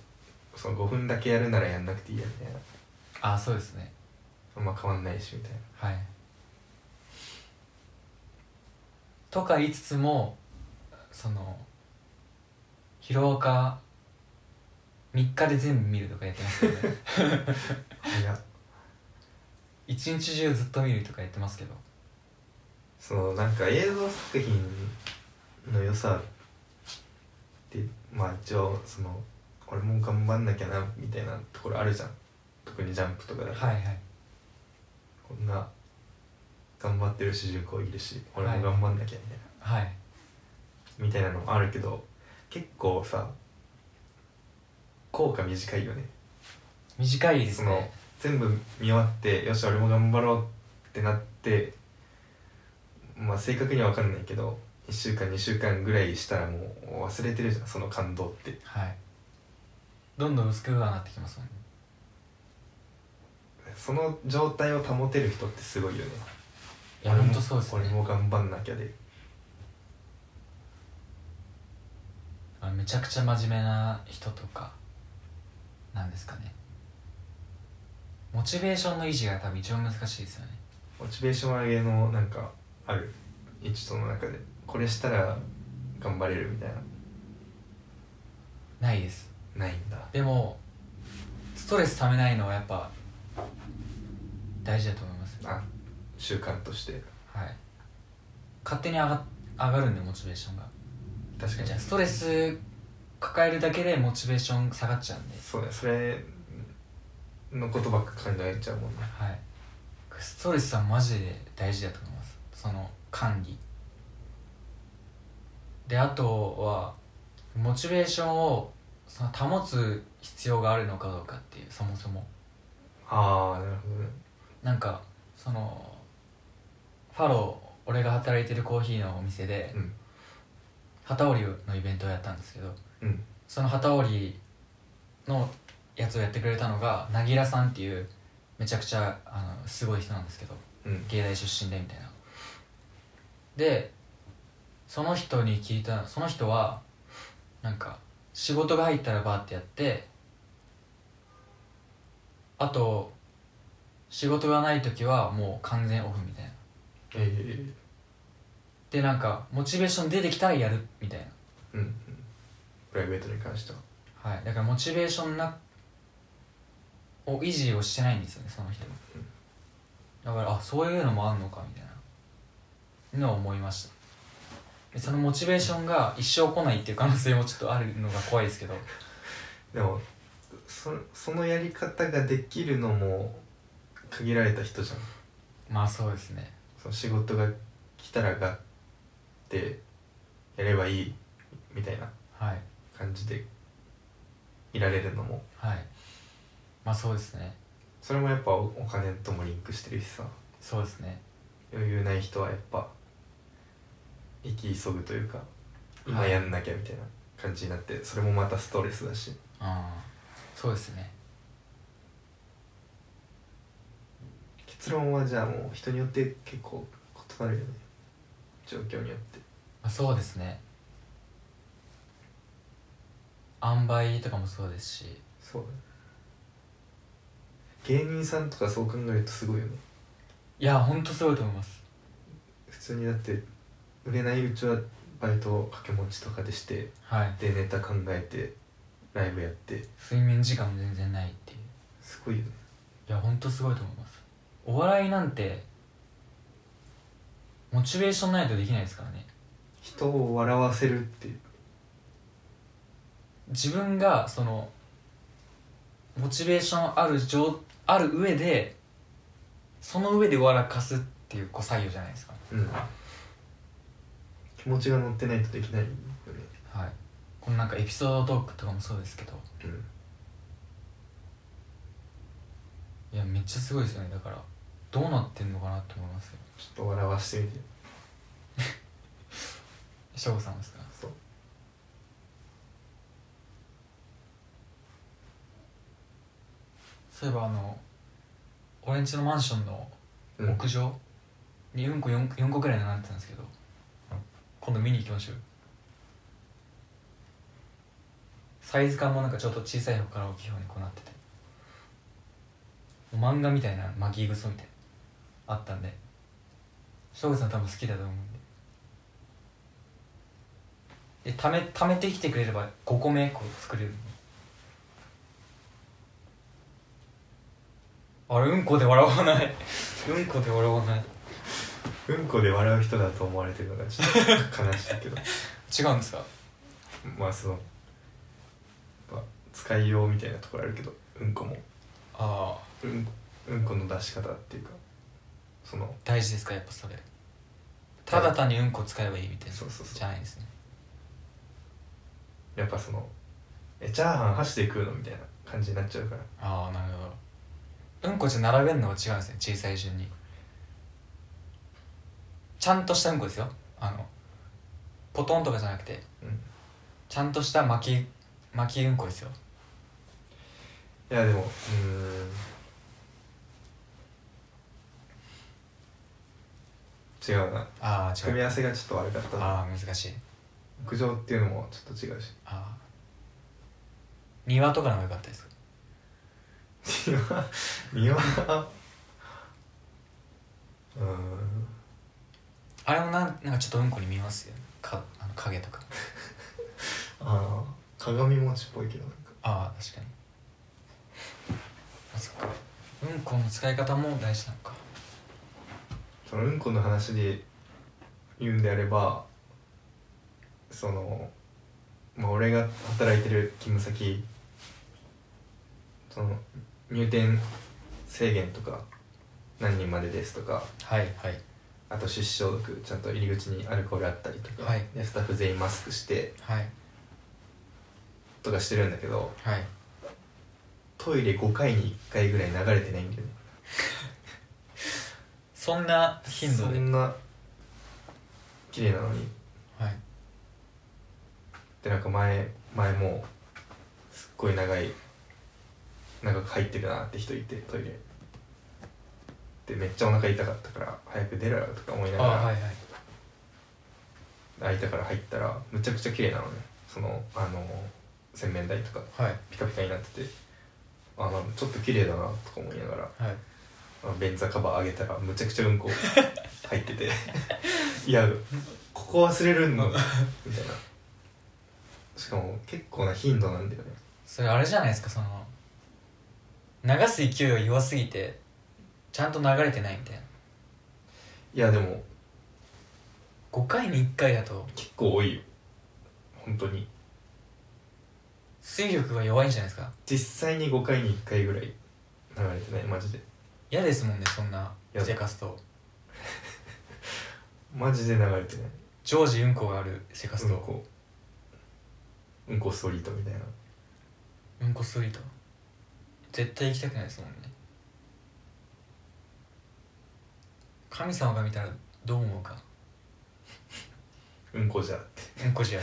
[SPEAKER 1] その5分だけやるならやんなくていいやみたいな
[SPEAKER 2] ああそうですね
[SPEAKER 1] あんま変わんないしみたいな
[SPEAKER 2] はいとか言いつつもその疲労か3日で全部見るとかやってますけどね
[SPEAKER 1] いや
[SPEAKER 2] 一日中ずっと見るとかやってますけど
[SPEAKER 1] そのなんか映像作品の良さってまあ一応その俺も頑張んなきゃなみたいなところあるじゃん特にジャンプとかだと
[SPEAKER 2] はいはい
[SPEAKER 1] こんな頑張ってる主人公いるし俺も頑張んなきゃみたいな、
[SPEAKER 2] はい
[SPEAKER 1] みたいなのもあるけど結構さ効果短いよね
[SPEAKER 2] 短いですね
[SPEAKER 1] 全部見終わってよし俺も頑張ろうってなってまあ正確には分かんないけど1週間2週間ぐらいしたらもう忘れてるじゃんその感動って
[SPEAKER 2] はいどんどん薄くはなってきますもんね
[SPEAKER 1] その状態を保てる人ってすごいよね
[SPEAKER 2] いや
[SPEAKER 1] 俺も
[SPEAKER 2] ほんとそうです
[SPEAKER 1] 俺
[SPEAKER 2] ね
[SPEAKER 1] も頑張んなきゃで
[SPEAKER 2] あめちゃくちゃ真面目な人とかなんですかねモチベーションの維持が多分一番難しいですよね
[SPEAKER 1] モチベーション上げのなんかある一途の中でこれしたら頑張れるみたい
[SPEAKER 2] ないです
[SPEAKER 1] なないんだ
[SPEAKER 2] でもストレスためないのはやっぱ大事だと思います
[SPEAKER 1] あ習慣として
[SPEAKER 2] はい勝手に上が上がるんでモチベーションが
[SPEAKER 1] 確かに
[SPEAKER 2] じゃあストレス抱えるだけでモチベーション下がっちゃうんです
[SPEAKER 1] そうねそれのことばっか考えちゃうもんね
[SPEAKER 2] はいストレスはマジで大事だと思いますその管理であとはモチベーションをその保つ必要があるのかどうかっていうそもそも
[SPEAKER 1] ああなるほどね
[SPEAKER 2] なんかそのファロー俺が働いてるコーヒーのお店で
[SPEAKER 1] うん
[SPEAKER 2] 機織りのイベントをやったんですけど
[SPEAKER 1] うん
[SPEAKER 2] その機織りのやつをやってくれたのがなぎらさんっていうめちゃくちゃあのすごい人なんですけど
[SPEAKER 1] うん
[SPEAKER 2] 芸大出身でみたいなでその人に聞いたその人はなんか仕事が入ったらバーってやってあと仕事がない時はもう完全オフみたいな
[SPEAKER 1] えー
[SPEAKER 2] でなんかモチベーション出てきたらやるみたいな
[SPEAKER 1] うんうんプライベートに関しては
[SPEAKER 2] はい、だからモチベーションなを維持をしてないんですよねその人もだからあそういうのもあんのかみたいなのを思いましたでそのモチベーションが一生来ないっていう可能性もちょっとあるのが怖いですけど
[SPEAKER 1] でもそそのやり方ができるのも限られた人じゃん
[SPEAKER 2] まあそうですね
[SPEAKER 1] その仕事が来たらがってやればいいみたいな
[SPEAKER 2] はい
[SPEAKER 1] 感じでいられるのも
[SPEAKER 2] はいまあそうですね
[SPEAKER 1] それもやっぱおお金ともリンクしてるしさ
[SPEAKER 2] そうですね
[SPEAKER 1] 余裕ない人はやっぱ生き急ぐというか今
[SPEAKER 2] はい
[SPEAKER 1] やんなきゃみたいな感じになってそれもまたストレスだし
[SPEAKER 2] ああそうですね
[SPEAKER 1] 結論はじゃあもう人によって結構異なるよね状況によって
[SPEAKER 2] まあ、そうですね塩梅とかもそうですし
[SPEAKER 1] そうだね芸人さんとかそう考えるとすごいよね
[SPEAKER 2] いやほんとすごいと思います
[SPEAKER 1] 普通にだって売れないうちはバイトを掛け持ちとかでして
[SPEAKER 2] はい
[SPEAKER 1] でネタ考えてライブやって
[SPEAKER 2] 睡眠時間も全然ないっていう
[SPEAKER 1] すごいよね
[SPEAKER 2] いやほんとすごいと思いますお笑いなんてモチベーションないとできないですからね
[SPEAKER 1] 人を笑わせるっていう
[SPEAKER 2] 自分がそのモチベーションある状ある上でその上で笑かすっていうこう作業じゃないですか、
[SPEAKER 1] うん気持ちが乗ってないとできないよね
[SPEAKER 2] はいこのなんかエピソードトークとかもそうですけど
[SPEAKER 1] うん
[SPEAKER 2] いやめっちゃすごいですよねだからどうなってんのかなって思いますよ
[SPEAKER 1] ちょっと笑わしてみて
[SPEAKER 2] 翔吾さんですか
[SPEAKER 1] そう
[SPEAKER 2] そういえばあの俺んちのマンションの
[SPEAKER 1] うん
[SPEAKER 2] 屋上にうんこ 4, 4個くらい並んでたんですけど今度見に行きましょうよサイズ感もなんかちょっと小さい方から大きい方にこうなっててもう漫画みたいな巻き草みたいなあったんで省吾さん多分好きだと思うんででためためてきてくれれば5個目こう作れるあれうんこで笑わないうんこで笑わない
[SPEAKER 1] うんこで笑う人だと思われてるのがちょっと悲しいけど
[SPEAKER 2] 違うんですか
[SPEAKER 1] まあそのやっぱ使いようみたいなところあるけどうんこも
[SPEAKER 2] ああ
[SPEAKER 1] うんうんこの出し方っていうかその
[SPEAKER 2] 大事ですかやっぱそれただ単にうんこ使えばいいみたいな
[SPEAKER 1] そうそうそう
[SPEAKER 2] じゃないんですね
[SPEAKER 1] やっぱそのえチャーハン箸で食うのみたいな感じになっちゃうから
[SPEAKER 2] ああなるほどうんこじゃ並べるのは違うんですね小さい順にちゃんとしたうんこですよあのポトンとかじゃなくて
[SPEAKER 1] うん
[SPEAKER 2] ちゃんとした巻き巻きうんこですよ
[SPEAKER 1] いやでもうーん違うな
[SPEAKER 2] ああ違
[SPEAKER 1] 組み
[SPEAKER 2] う
[SPEAKER 1] 合わせがちょっと悪かった
[SPEAKER 2] ああ難しい
[SPEAKER 1] 屋上っていうのもちょっと違う し
[SPEAKER 2] ああ庭とかの方が良かったです
[SPEAKER 1] 庭庭はうーん
[SPEAKER 2] あれもなんなんかちょっとうんこに見えますよねかあの影とか
[SPEAKER 1] あー鏡餅っぽいけどなんか
[SPEAKER 2] ああ確かにあそっかうんこの使い方も大事なのか
[SPEAKER 1] そのうんこの話で言うんであればその、まあ、俺が働いてる勤務先その入店制限とか何人までですとか
[SPEAKER 2] はいはい
[SPEAKER 1] あと手指消毒ちゃんと入り口にアルコールあったりとか、
[SPEAKER 2] はい
[SPEAKER 1] でスタッフ全員マスクして
[SPEAKER 2] はい
[SPEAKER 1] とかしてるんだけど
[SPEAKER 2] はい
[SPEAKER 1] トイレ5回に1回ぐらい流れてないんだよね
[SPEAKER 2] そんな頻度
[SPEAKER 1] そ
[SPEAKER 2] で
[SPEAKER 1] んな綺麗なのに
[SPEAKER 2] はい
[SPEAKER 1] でなんか前前もすっごい長い長く入ってるなって人いてトイレでめっちゃお腹痛かったから早く出ろよとか思いな
[SPEAKER 2] あ
[SPEAKER 1] がら、
[SPEAKER 2] はいはい
[SPEAKER 1] 空いたから入ったらむちゃくちゃ綺麗なのねそのあの洗面台とか
[SPEAKER 2] はい
[SPEAKER 1] ピカピカになっててあなんかちょっと綺麗だなとか思いながら
[SPEAKER 2] はい
[SPEAKER 1] あ便座カバー上げたらむちゃくちゃうん こ入ってていやここ忘れるのみたいなしかも結構な頻度なんだよね
[SPEAKER 2] それあれじゃないですかその流す勢いが弱すぎてちゃんと流れてないみたいない
[SPEAKER 1] やでも
[SPEAKER 2] 5回に1回だと
[SPEAKER 1] 結構多いよ本当に
[SPEAKER 2] 水力が弱いんじゃないですか
[SPEAKER 1] 実際に5回に1回ぐらい流れてないマジで
[SPEAKER 2] 嫌ですもんねそんな
[SPEAKER 1] 嫌だ
[SPEAKER 2] 生活と
[SPEAKER 1] マジで流れてない
[SPEAKER 2] 常時うんこがある生
[SPEAKER 1] う
[SPEAKER 2] 活
[SPEAKER 1] ん
[SPEAKER 2] と
[SPEAKER 1] こうんこストリートみたいな
[SPEAKER 2] うんこストリート絶対行きたくないですもんね神様が見たらどう思うか
[SPEAKER 1] うんこじゃって
[SPEAKER 2] うんこじゃ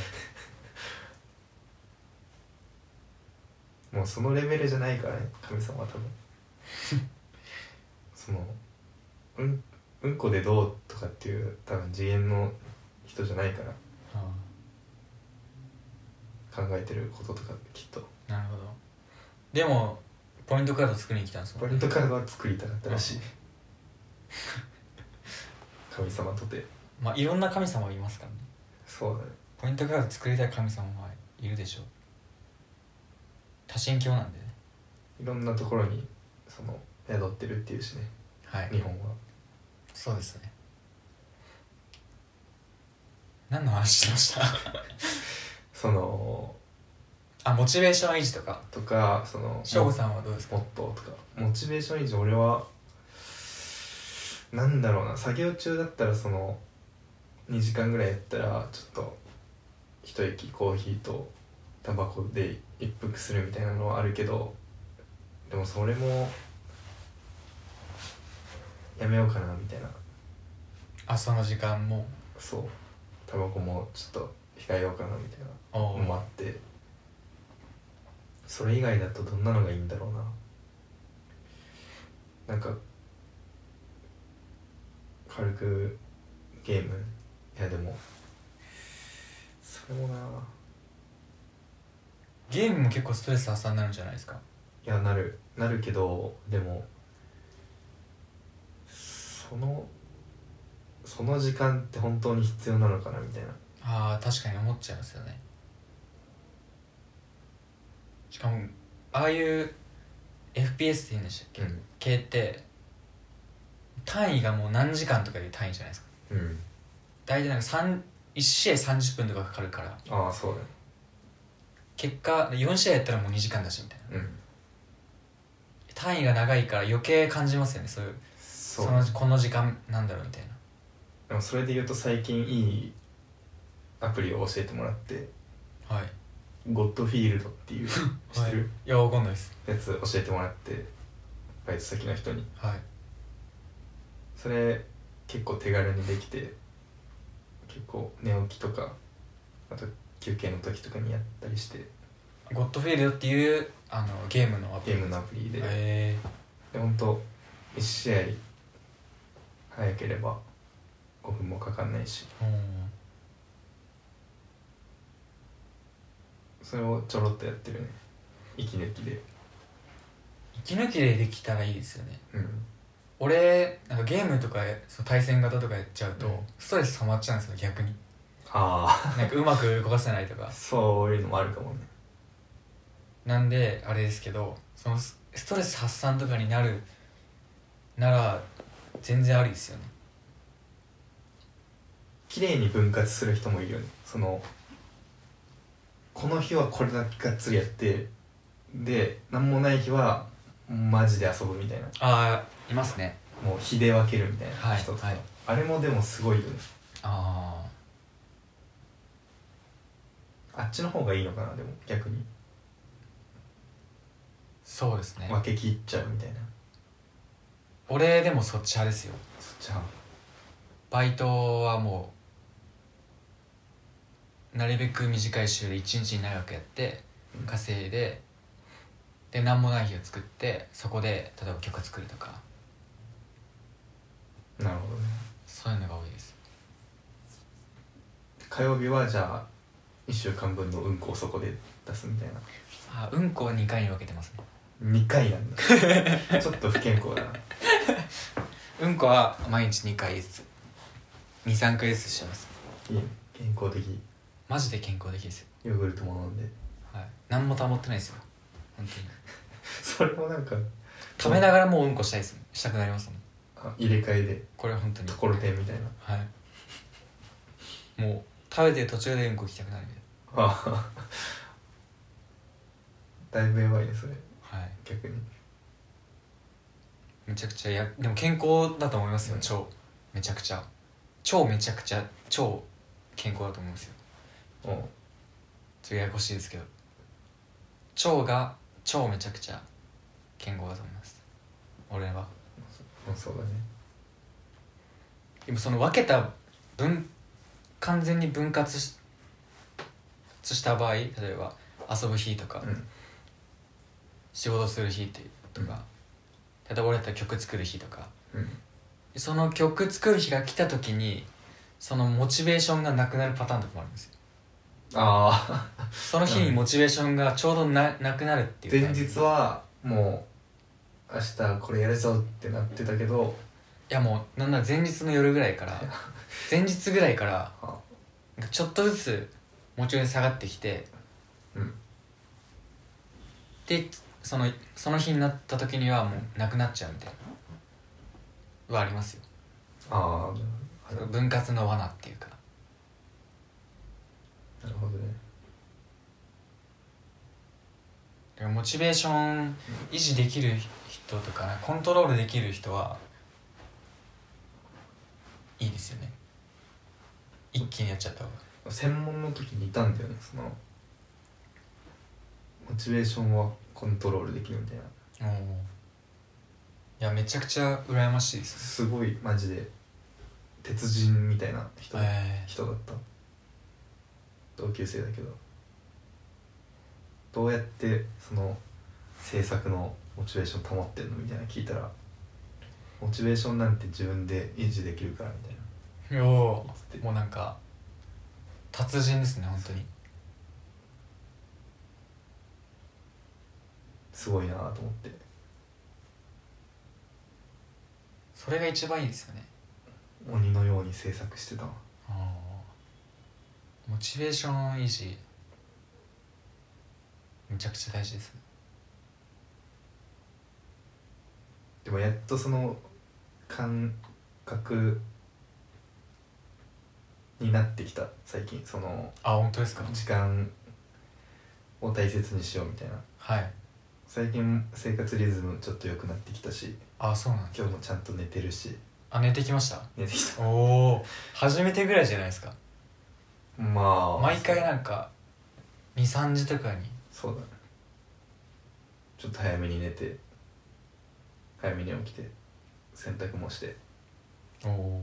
[SPEAKER 1] もうそのレベルじゃないからね神様は多分そのうんうんこでどうとかっていう多分次元の人じゃないから
[SPEAKER 2] あ
[SPEAKER 1] 考えてることとかってきっと
[SPEAKER 2] あなるほどでもポイントカード作りに来たんですも
[SPEAKER 1] ポ
[SPEAKER 2] ん
[SPEAKER 1] イントカードは作りたかったらしい神様とて
[SPEAKER 2] まあいろんな神様がいますからね
[SPEAKER 1] そうだね
[SPEAKER 2] ポイントカード作りたい神様はいるでしょう多神教なんでね
[SPEAKER 1] いろんなところにその宿ってるっていうしね
[SPEAKER 2] はい
[SPEAKER 1] 日本は
[SPEAKER 2] そうですね何の話してました
[SPEAKER 1] その
[SPEAKER 2] あモチベーション維持とか
[SPEAKER 1] とかその
[SPEAKER 2] 省吾さんはどうですか
[SPEAKER 1] モットーとかモチベーション維持俺はなんだろうな作業中だったらその2時間ぐらいやったらちょっと一息コーヒーとタバコで一服するみたいなのはあるけどでもそれもやめようかなみたいな
[SPEAKER 2] あその時間も
[SPEAKER 1] そうタバコもちょっと控えようかなみたいな
[SPEAKER 2] おー
[SPEAKER 1] のもあってそれ以外だとどんなのがいいんだろうななんか軽くゲームいやでもそれもな
[SPEAKER 2] ゲームも結構ストレス発散になるんじゃないですか
[SPEAKER 1] いやなるなるけどでもそのその時間って本当に必要なのかなみたいな
[SPEAKER 2] あー確かに思っちゃいますよねしかもああいう FPS って言うんでしたっけ、
[SPEAKER 1] うん
[SPEAKER 2] 系って単位がもう何時間とかいう単位じゃないですか
[SPEAKER 1] うん
[SPEAKER 2] 大体なんか三1試合30分とかかかるから
[SPEAKER 1] ああそうだね
[SPEAKER 2] 結果4試合やったらもう2時間だしみたいな
[SPEAKER 1] うん
[SPEAKER 2] 単位が長いから余計感じますよねそういう
[SPEAKER 1] そ
[SPEAKER 2] そうのこの時間なんだろうみたいな
[SPEAKER 1] でもそれで言うと最近いいアプリを教えてもらって
[SPEAKER 2] はい
[SPEAKER 1] ゴッドフィールドっていう知ってる、
[SPEAKER 2] いやわかんないです
[SPEAKER 1] やつ教えてもらってバイト先の人に
[SPEAKER 2] はい
[SPEAKER 1] それ結構手軽にできて結構寝起きとかあと休憩の時とかにやったりして
[SPEAKER 2] ゴッドフィールドっていうあのゲームのアプ
[SPEAKER 1] ゲ
[SPEAKER 2] リ
[SPEAKER 1] ームのアプリで、
[SPEAKER 2] え
[SPEAKER 1] で本当1試合早ければ5分もかかんないし
[SPEAKER 2] ー、うん
[SPEAKER 1] それをちょろっとやってるね息抜きで
[SPEAKER 2] 息抜きでできたらいいですよね
[SPEAKER 1] うん
[SPEAKER 2] 俺なんかゲームとかその対戦型とかやっちゃうと、
[SPEAKER 1] うん
[SPEAKER 2] ストレス溜まっちゃうんですよ逆に
[SPEAKER 1] あ
[SPEAKER 2] なんかうまく動かせないとか
[SPEAKER 1] あそういうのもあるかもね
[SPEAKER 2] なんであれですけどそのスストレス発散とかになるなら全然ありですよね
[SPEAKER 1] 綺麗に分割する人もいるよねそのこの日はこれだけがっつりやってで何もない日はマジで遊ぶみたいな
[SPEAKER 2] ああいますね
[SPEAKER 1] もう日で分けるみたい
[SPEAKER 2] は
[SPEAKER 1] ない人とか、
[SPEAKER 2] はい
[SPEAKER 1] あれもでもすごいよね
[SPEAKER 2] あ
[SPEAKER 1] あっちの方がいいのかなでも逆に
[SPEAKER 2] あそうですね
[SPEAKER 1] 分け切っちゃうみたいな
[SPEAKER 2] 俺でもそっち派ですよ
[SPEAKER 1] そっちじゃあ
[SPEAKER 2] バイトはもうなるべく短い週で1日に長くやって
[SPEAKER 1] うん
[SPEAKER 2] 稼いでで何もない日を作ってそこで例えば曲作るとか
[SPEAKER 1] なるほどね
[SPEAKER 2] そういうのが多いです
[SPEAKER 1] 火曜日はじゃあ1週間分のうんこをそこで出すみたいな
[SPEAKER 2] あうんこは2回に分けてますね
[SPEAKER 1] 2回なんだちょっと不健康だな
[SPEAKER 2] うんこは毎日2回ずつ23回ずつしてます
[SPEAKER 1] いいね健康的
[SPEAKER 2] マジで健康的ですよ、
[SPEAKER 1] ヨーグルトも飲んで
[SPEAKER 2] はい、何も保ってないですよ本当に
[SPEAKER 1] それもなんか
[SPEAKER 2] 食べながらもううんこしたいですしたくなりますもん
[SPEAKER 1] あ入れ替えで
[SPEAKER 2] これは本当に
[SPEAKER 1] ところてんみ たいな
[SPEAKER 2] はいもう食べてる途中でうんこ行きたくなるみ
[SPEAKER 1] ああだいぶやばいねそれ
[SPEAKER 2] たいなはい
[SPEAKER 1] 逆に
[SPEAKER 2] めちゃくちゃやでも健康だと思いますよ
[SPEAKER 1] うん
[SPEAKER 2] 腸めちゃくちゃ腸めちゃくちゃ腸健康だと思うんですよ
[SPEAKER 1] おう
[SPEAKER 2] ちょっとややこしいですけど腸が腸めちゃくちゃ健康だと思います俺は
[SPEAKER 1] うんそうだね
[SPEAKER 2] でもその分けた分完全に分割しした場合例えば遊ぶ日とか、
[SPEAKER 1] うん
[SPEAKER 2] 仕事する日っていうとか、例えば俺だったら曲作る日とか
[SPEAKER 1] うん
[SPEAKER 2] その曲作る日が来た時にそのモチベーションがなくなるパターンとかもあるんですよ
[SPEAKER 1] ああ
[SPEAKER 2] その日にモチベーションがちょうどななくなるっていう
[SPEAKER 1] 前
[SPEAKER 2] タイミング
[SPEAKER 1] 日はもう明日これやるぞってなってたけど
[SPEAKER 2] いやもうなんなら前日の夜ぐらいから 前日ぐらいから
[SPEAKER 1] あ
[SPEAKER 2] なんかちょっとずつモチベーション下がってきて
[SPEAKER 1] うん
[SPEAKER 2] でそのその日になった時にはもうなくなっちゃうみたいなはありますよ
[SPEAKER 1] ああ
[SPEAKER 2] 分割の罠っていうか
[SPEAKER 1] なるほどね
[SPEAKER 2] だからモチベーション維持できる人とかコントロールできる人はいいですよね一気にやっちゃった方が
[SPEAKER 1] 専門の時にいたんだよねそのモチベーションはコントロールできるみたいな
[SPEAKER 2] おーいやめちゃくちゃ羨ましいです
[SPEAKER 1] すごいマジで鉄人みたいな人,、
[SPEAKER 2] え
[SPEAKER 1] 人だった同級生だけどどうやってその制作のモチベーション保ってんのみたいな聞いたらモチベーションなんて自分で維持できるからみたいな
[SPEAKER 2] ー、よ
[SPEAKER 1] つって
[SPEAKER 2] ーもうなんか達人ですね本当に
[SPEAKER 1] すごいなと思って
[SPEAKER 2] それが一番いいですよね
[SPEAKER 1] 鬼のように制作してたわ
[SPEAKER 2] あーモチベーション維持めちゃくちゃ大事ですね
[SPEAKER 1] でもやっとその感覚になってきた最近その
[SPEAKER 2] あ本当ですか
[SPEAKER 1] 時間を大切にしようみたいな
[SPEAKER 2] はい
[SPEAKER 1] 最近生活リズムちょっと良くなってきたし
[SPEAKER 2] あそうなんです
[SPEAKER 1] 今日もちゃんと寝てるし
[SPEAKER 2] あ寝てきました
[SPEAKER 1] 寝てきた
[SPEAKER 2] おお初めてぐらいじゃないですか
[SPEAKER 1] まあ
[SPEAKER 2] 毎回なんか23時とかに
[SPEAKER 1] そうだねちょっと早めに寝て早めに起きて洗濯もして
[SPEAKER 2] おお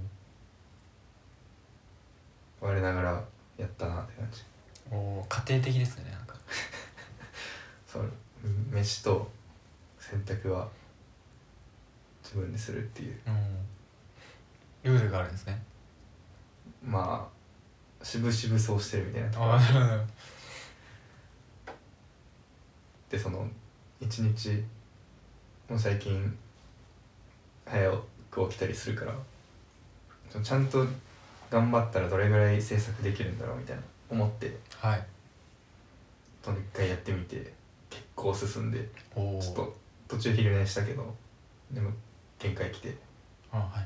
[SPEAKER 1] 我ながらやったなって感じ
[SPEAKER 2] おお家庭的ですねなんか
[SPEAKER 1] そううん飯と洗濯は自分でするっていう
[SPEAKER 2] うんルールがあるんですね
[SPEAKER 1] まあしぶしぶそうしてるみたいなところ
[SPEAKER 2] ああなるほど
[SPEAKER 1] でその一日もう最近早く起きたりするからそのちゃんと頑張ったらどれぐらい制作できるんだろうみたいな思って
[SPEAKER 2] はい
[SPEAKER 1] と一回やってみて結構進んで
[SPEAKER 2] おお
[SPEAKER 1] ちょっと途中昼寝したけどでも限界来て
[SPEAKER 2] あは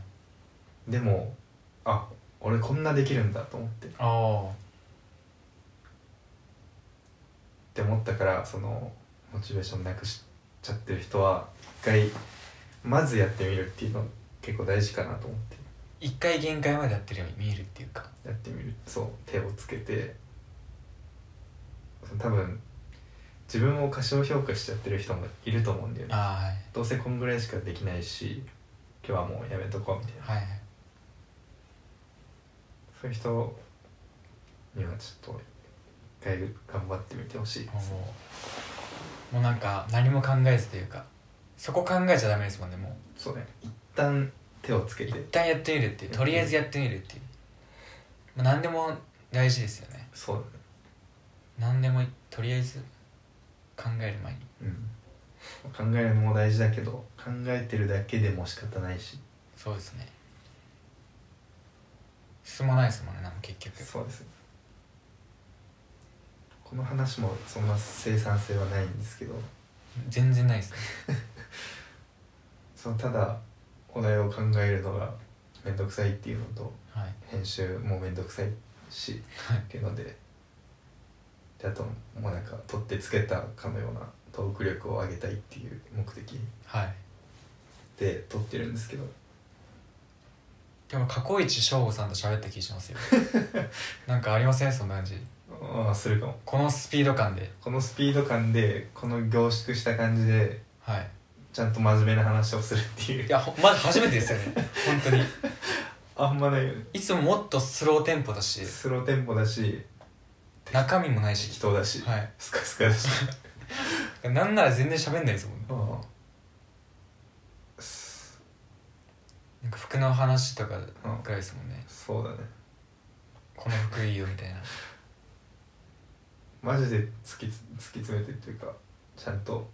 [SPEAKER 2] い
[SPEAKER 1] でもあ俺こんなできるんだと思ってっ
[SPEAKER 2] ああ
[SPEAKER 1] て思ったからそのモチベーションなくしちゃってる人は一回まずやってみるっていうの結構大事かなと思って
[SPEAKER 2] 一回限界までやってるように見えるっていうか
[SPEAKER 1] やってみるそう手をつけてその多分自分を過小評価しちゃってる人もいると思うんだよね
[SPEAKER 2] あ
[SPEAKER 1] どうせこんぐらいしかできないし今日はもうやめとこうみたいな
[SPEAKER 2] あはいはいはい
[SPEAKER 1] そういう人にはちょっと一回頑張ってみてほしいです
[SPEAKER 2] もうもうなんか何も考えずというかそこ考えちゃダメですもんねもう
[SPEAKER 1] そうね一旦手をつけて
[SPEAKER 2] 一旦やってみるっていうとりあえずやってみるっていう、まあ、何でも大事ですよね
[SPEAKER 1] そう
[SPEAKER 2] 何でもいとりあえず考える前に
[SPEAKER 1] だねうん考えるのも大事だけど考えてるだけでも仕方ないし
[SPEAKER 2] そうですね進まないですもんねなんか結局
[SPEAKER 1] そうですねこの話もそんな生産性はないんですけど
[SPEAKER 2] 全然ないですね
[SPEAKER 1] そのただお題を考えるのが面倒くさいっていうのと
[SPEAKER 2] はい
[SPEAKER 1] 編集も面倒くさいし
[SPEAKER 2] はい
[SPEAKER 1] っていうのでであともうなんか取ってつけたかのようなトーク力を上げたいっていう目的
[SPEAKER 2] はい
[SPEAKER 1] で撮ってるんですけど
[SPEAKER 2] でも過去一省吾さんと喋った気します よなんかありませんそんな感じ
[SPEAKER 1] ああするかも
[SPEAKER 2] このスピード感で
[SPEAKER 1] このスピード感でこの凝縮した感じで
[SPEAKER 2] はい
[SPEAKER 1] ちゃんと真面目な話をするってい
[SPEAKER 2] いうやほまだ初めてです よね本当に
[SPEAKER 1] あんまないよね
[SPEAKER 2] いつももっとスローテンポだし
[SPEAKER 1] スローテンポだし
[SPEAKER 2] 中身もないし
[SPEAKER 1] 適当だし、
[SPEAKER 2] はい
[SPEAKER 1] スカスカ だし
[SPEAKER 2] なんなら全然喋んないですもんね
[SPEAKER 1] ああす
[SPEAKER 2] なんか服の話とか
[SPEAKER 1] うん
[SPEAKER 2] ぐらいですもんね
[SPEAKER 1] そうだね
[SPEAKER 2] この服いいよみたいな
[SPEAKER 1] マジで突きつ突き詰めてっていうかちゃんと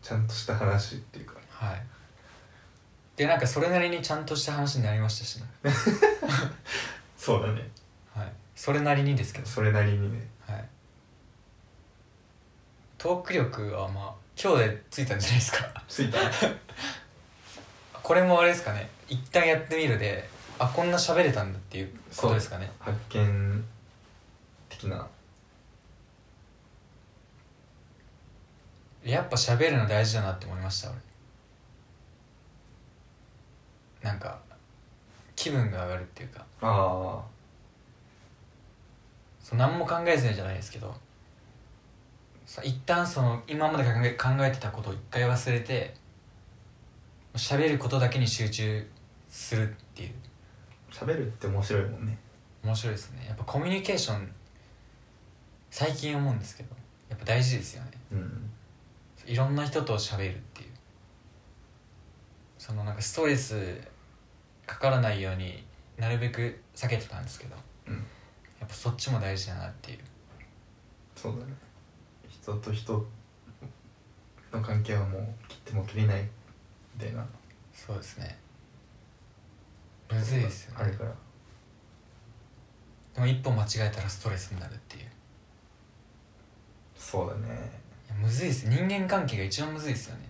[SPEAKER 1] ちゃんとした話っていうか
[SPEAKER 2] はいでなんかそれなりにちゃんとした話になりましたしね
[SPEAKER 1] そうだね
[SPEAKER 2] はいそれなりにですけど
[SPEAKER 1] それなりにね
[SPEAKER 2] はいトーク力はまあ今日でついたんじゃないですか
[SPEAKER 1] ついた
[SPEAKER 2] これもあれですかね一旦やってみるであこんな喋れたんだっていうことですかね
[SPEAKER 1] 発見的な
[SPEAKER 2] やっぱ喋るの大事だなって思いました俺なんか気分が上がるっていうか
[SPEAKER 1] ああ
[SPEAKER 2] そう何も考えずにじゃないですけどさ一旦その今まで考え考えてたことを一回忘れて喋ることだけに集中するっていう
[SPEAKER 1] 喋るって面白いもんね
[SPEAKER 2] 面白いですねやっぱコミュニケーション最近思うんですけどやっぱ大事ですよね
[SPEAKER 1] うん
[SPEAKER 2] いろんな人と喋るっていうそのなんかストレスかからないようになるべく避けてたんですけど、
[SPEAKER 1] うん
[SPEAKER 2] やっぱそっちも大事だなっていう
[SPEAKER 1] そうだね人と人の関係はもう切っても切れないみたいな
[SPEAKER 2] そうですねむずいですよ
[SPEAKER 1] あ
[SPEAKER 2] ね
[SPEAKER 1] るから
[SPEAKER 2] でも一歩間違えたらストレスになるっていうい
[SPEAKER 1] そうだね
[SPEAKER 2] やむずいです人間関係が一番むずいですよね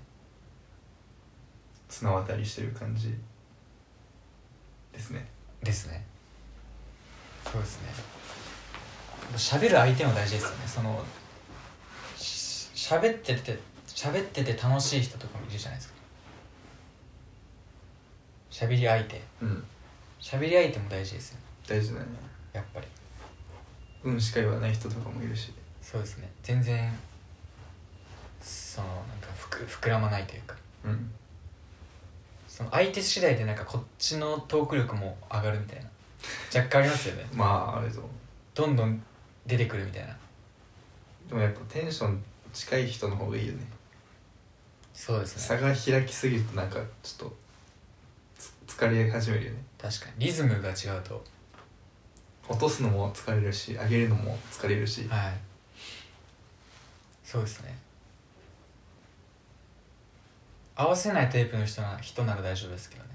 [SPEAKER 1] 綱渡りしてる感じですね
[SPEAKER 2] ですねそうですね喋る相手も大事ですよねそのし喋ってて喋ってて楽しい人とかもいるじゃないですか喋り相手
[SPEAKER 1] うん
[SPEAKER 2] 喋り相手も大事ですよね
[SPEAKER 1] 大事だね
[SPEAKER 2] やっぱり
[SPEAKER 1] うんしか言わない人とかもいるし
[SPEAKER 2] そうですね全然そのなんかふく膨らまないというか
[SPEAKER 1] うん
[SPEAKER 2] その相手次第でなんかこっちのトーク力も上がるみたいな若干ありますよね
[SPEAKER 1] まああれぞ
[SPEAKER 2] どんどん出てくるみたいな
[SPEAKER 1] でもやっぱテンション近い人の方がいいよね
[SPEAKER 2] そうですね
[SPEAKER 1] 差が開きすぎるとなんかちょっとつ疲れ始めるよね
[SPEAKER 2] 確かにリズムが違うと
[SPEAKER 1] 落とすのも疲れるし上げるのも疲れるし
[SPEAKER 2] はいそうですね合わせないタイプの人な人なら大丈夫ですけどね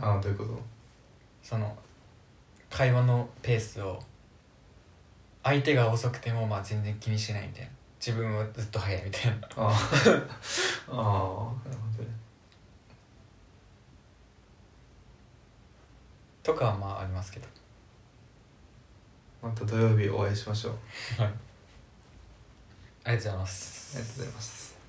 [SPEAKER 1] ああどういうこと
[SPEAKER 2] その会話のペースを相手が遅くてもまあ全然気にしないみたいな自分はずっと早いみたいな
[SPEAKER 1] ああああなるほどね
[SPEAKER 2] とかはまあありますけど
[SPEAKER 1] また土曜日お会いしましょうあ
[SPEAKER 2] ありがとうございます
[SPEAKER 1] りがとうございます